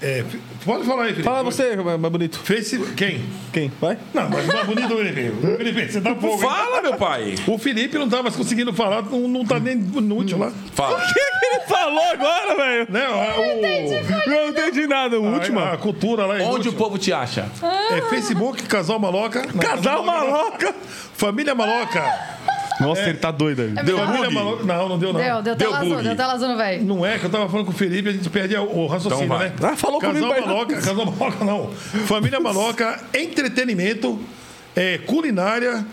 Speaker 5: é, pode falar aí, Felipe.
Speaker 4: *laughs* Fala você, mais bonito.
Speaker 5: Face... Quem?
Speaker 4: Quem? Vai?
Speaker 5: Não, mas mais bonito, Felipe. Felipe, você tá pouco. hein?
Speaker 3: Fala, meu pai.
Speaker 5: O Felipe não tá mais conseguindo falar, não, não tá nem inútil lá.
Speaker 3: Fala.
Speaker 4: O que, que ele falou agora, velho?
Speaker 5: Né? a- o-
Speaker 4: Eu não entendi nada. O
Speaker 5: a-
Speaker 4: último.
Speaker 5: A, cultura lá é
Speaker 3: Onde
Speaker 5: inútil.
Speaker 3: o povo te acha?
Speaker 5: É Facebook, Casal Maloca.
Speaker 4: Casal maloca.
Speaker 5: Família Maloca.
Speaker 4: Nossa, ele tá doido aí.
Speaker 5: Deu
Speaker 2: melhor.
Speaker 5: Família Maloca. Não, não deu não.
Speaker 2: Deu, deu tela azul,
Speaker 6: bug.
Speaker 2: deu tela azul, não vai.
Speaker 5: Não é que eu tava falando com o Felipe, a gente perde o raciocínio,
Speaker 6: Então vai.
Speaker 5: né?
Speaker 4: Ah, falou
Speaker 5: casal
Speaker 4: comigo, mas-
Speaker 5: Maloca, Casal Maloca não. Família Maloca, entretenimento, é, culinária,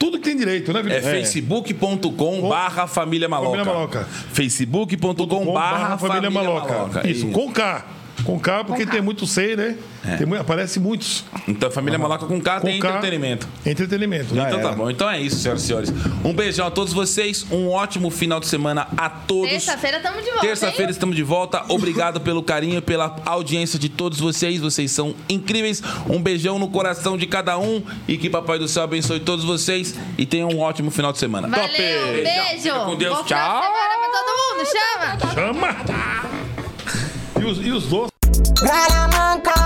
Speaker 5: tudo que tem direito, né,
Speaker 3: É,
Speaker 5: Felipe?
Speaker 3: facebook.com barra família
Speaker 5: Família
Speaker 3: maloca.
Speaker 5: Maloca.
Speaker 3: facebook.com barra família maloca. É
Speaker 5: Isso, com K. Com K, porque tem muito C, né? Tem mu- aparece muitos.
Speaker 3: Então, família maloca com K
Speaker 5: Com
Speaker 3: tem
Speaker 5: K,
Speaker 3: entretenimento.
Speaker 5: Entretenimento.
Speaker 3: Então tá bom. Então é isso, senhoras e senhores. Um beijão a todos vocês. Um ótimo final de semana a todos.
Speaker 2: Terça-feira tamo de volta. hein?
Speaker 3: Terça-feira estamos de volta. Obrigado pelo carinho, pela audiência de todos vocês. Vocês são incríveis. Um beijão no coração de cada um e que Papai do Céu abençoe todos vocês e tenham um ótimo final de semana. Top!
Speaker 2: Valeu, um beijo.
Speaker 3: Fica com Deus.
Speaker 2: Bom final
Speaker 3: Tchau.
Speaker 2: de semana pra todo mundo, chama.
Speaker 5: Chama! E os, e os doces?
Speaker 1: Garamanca.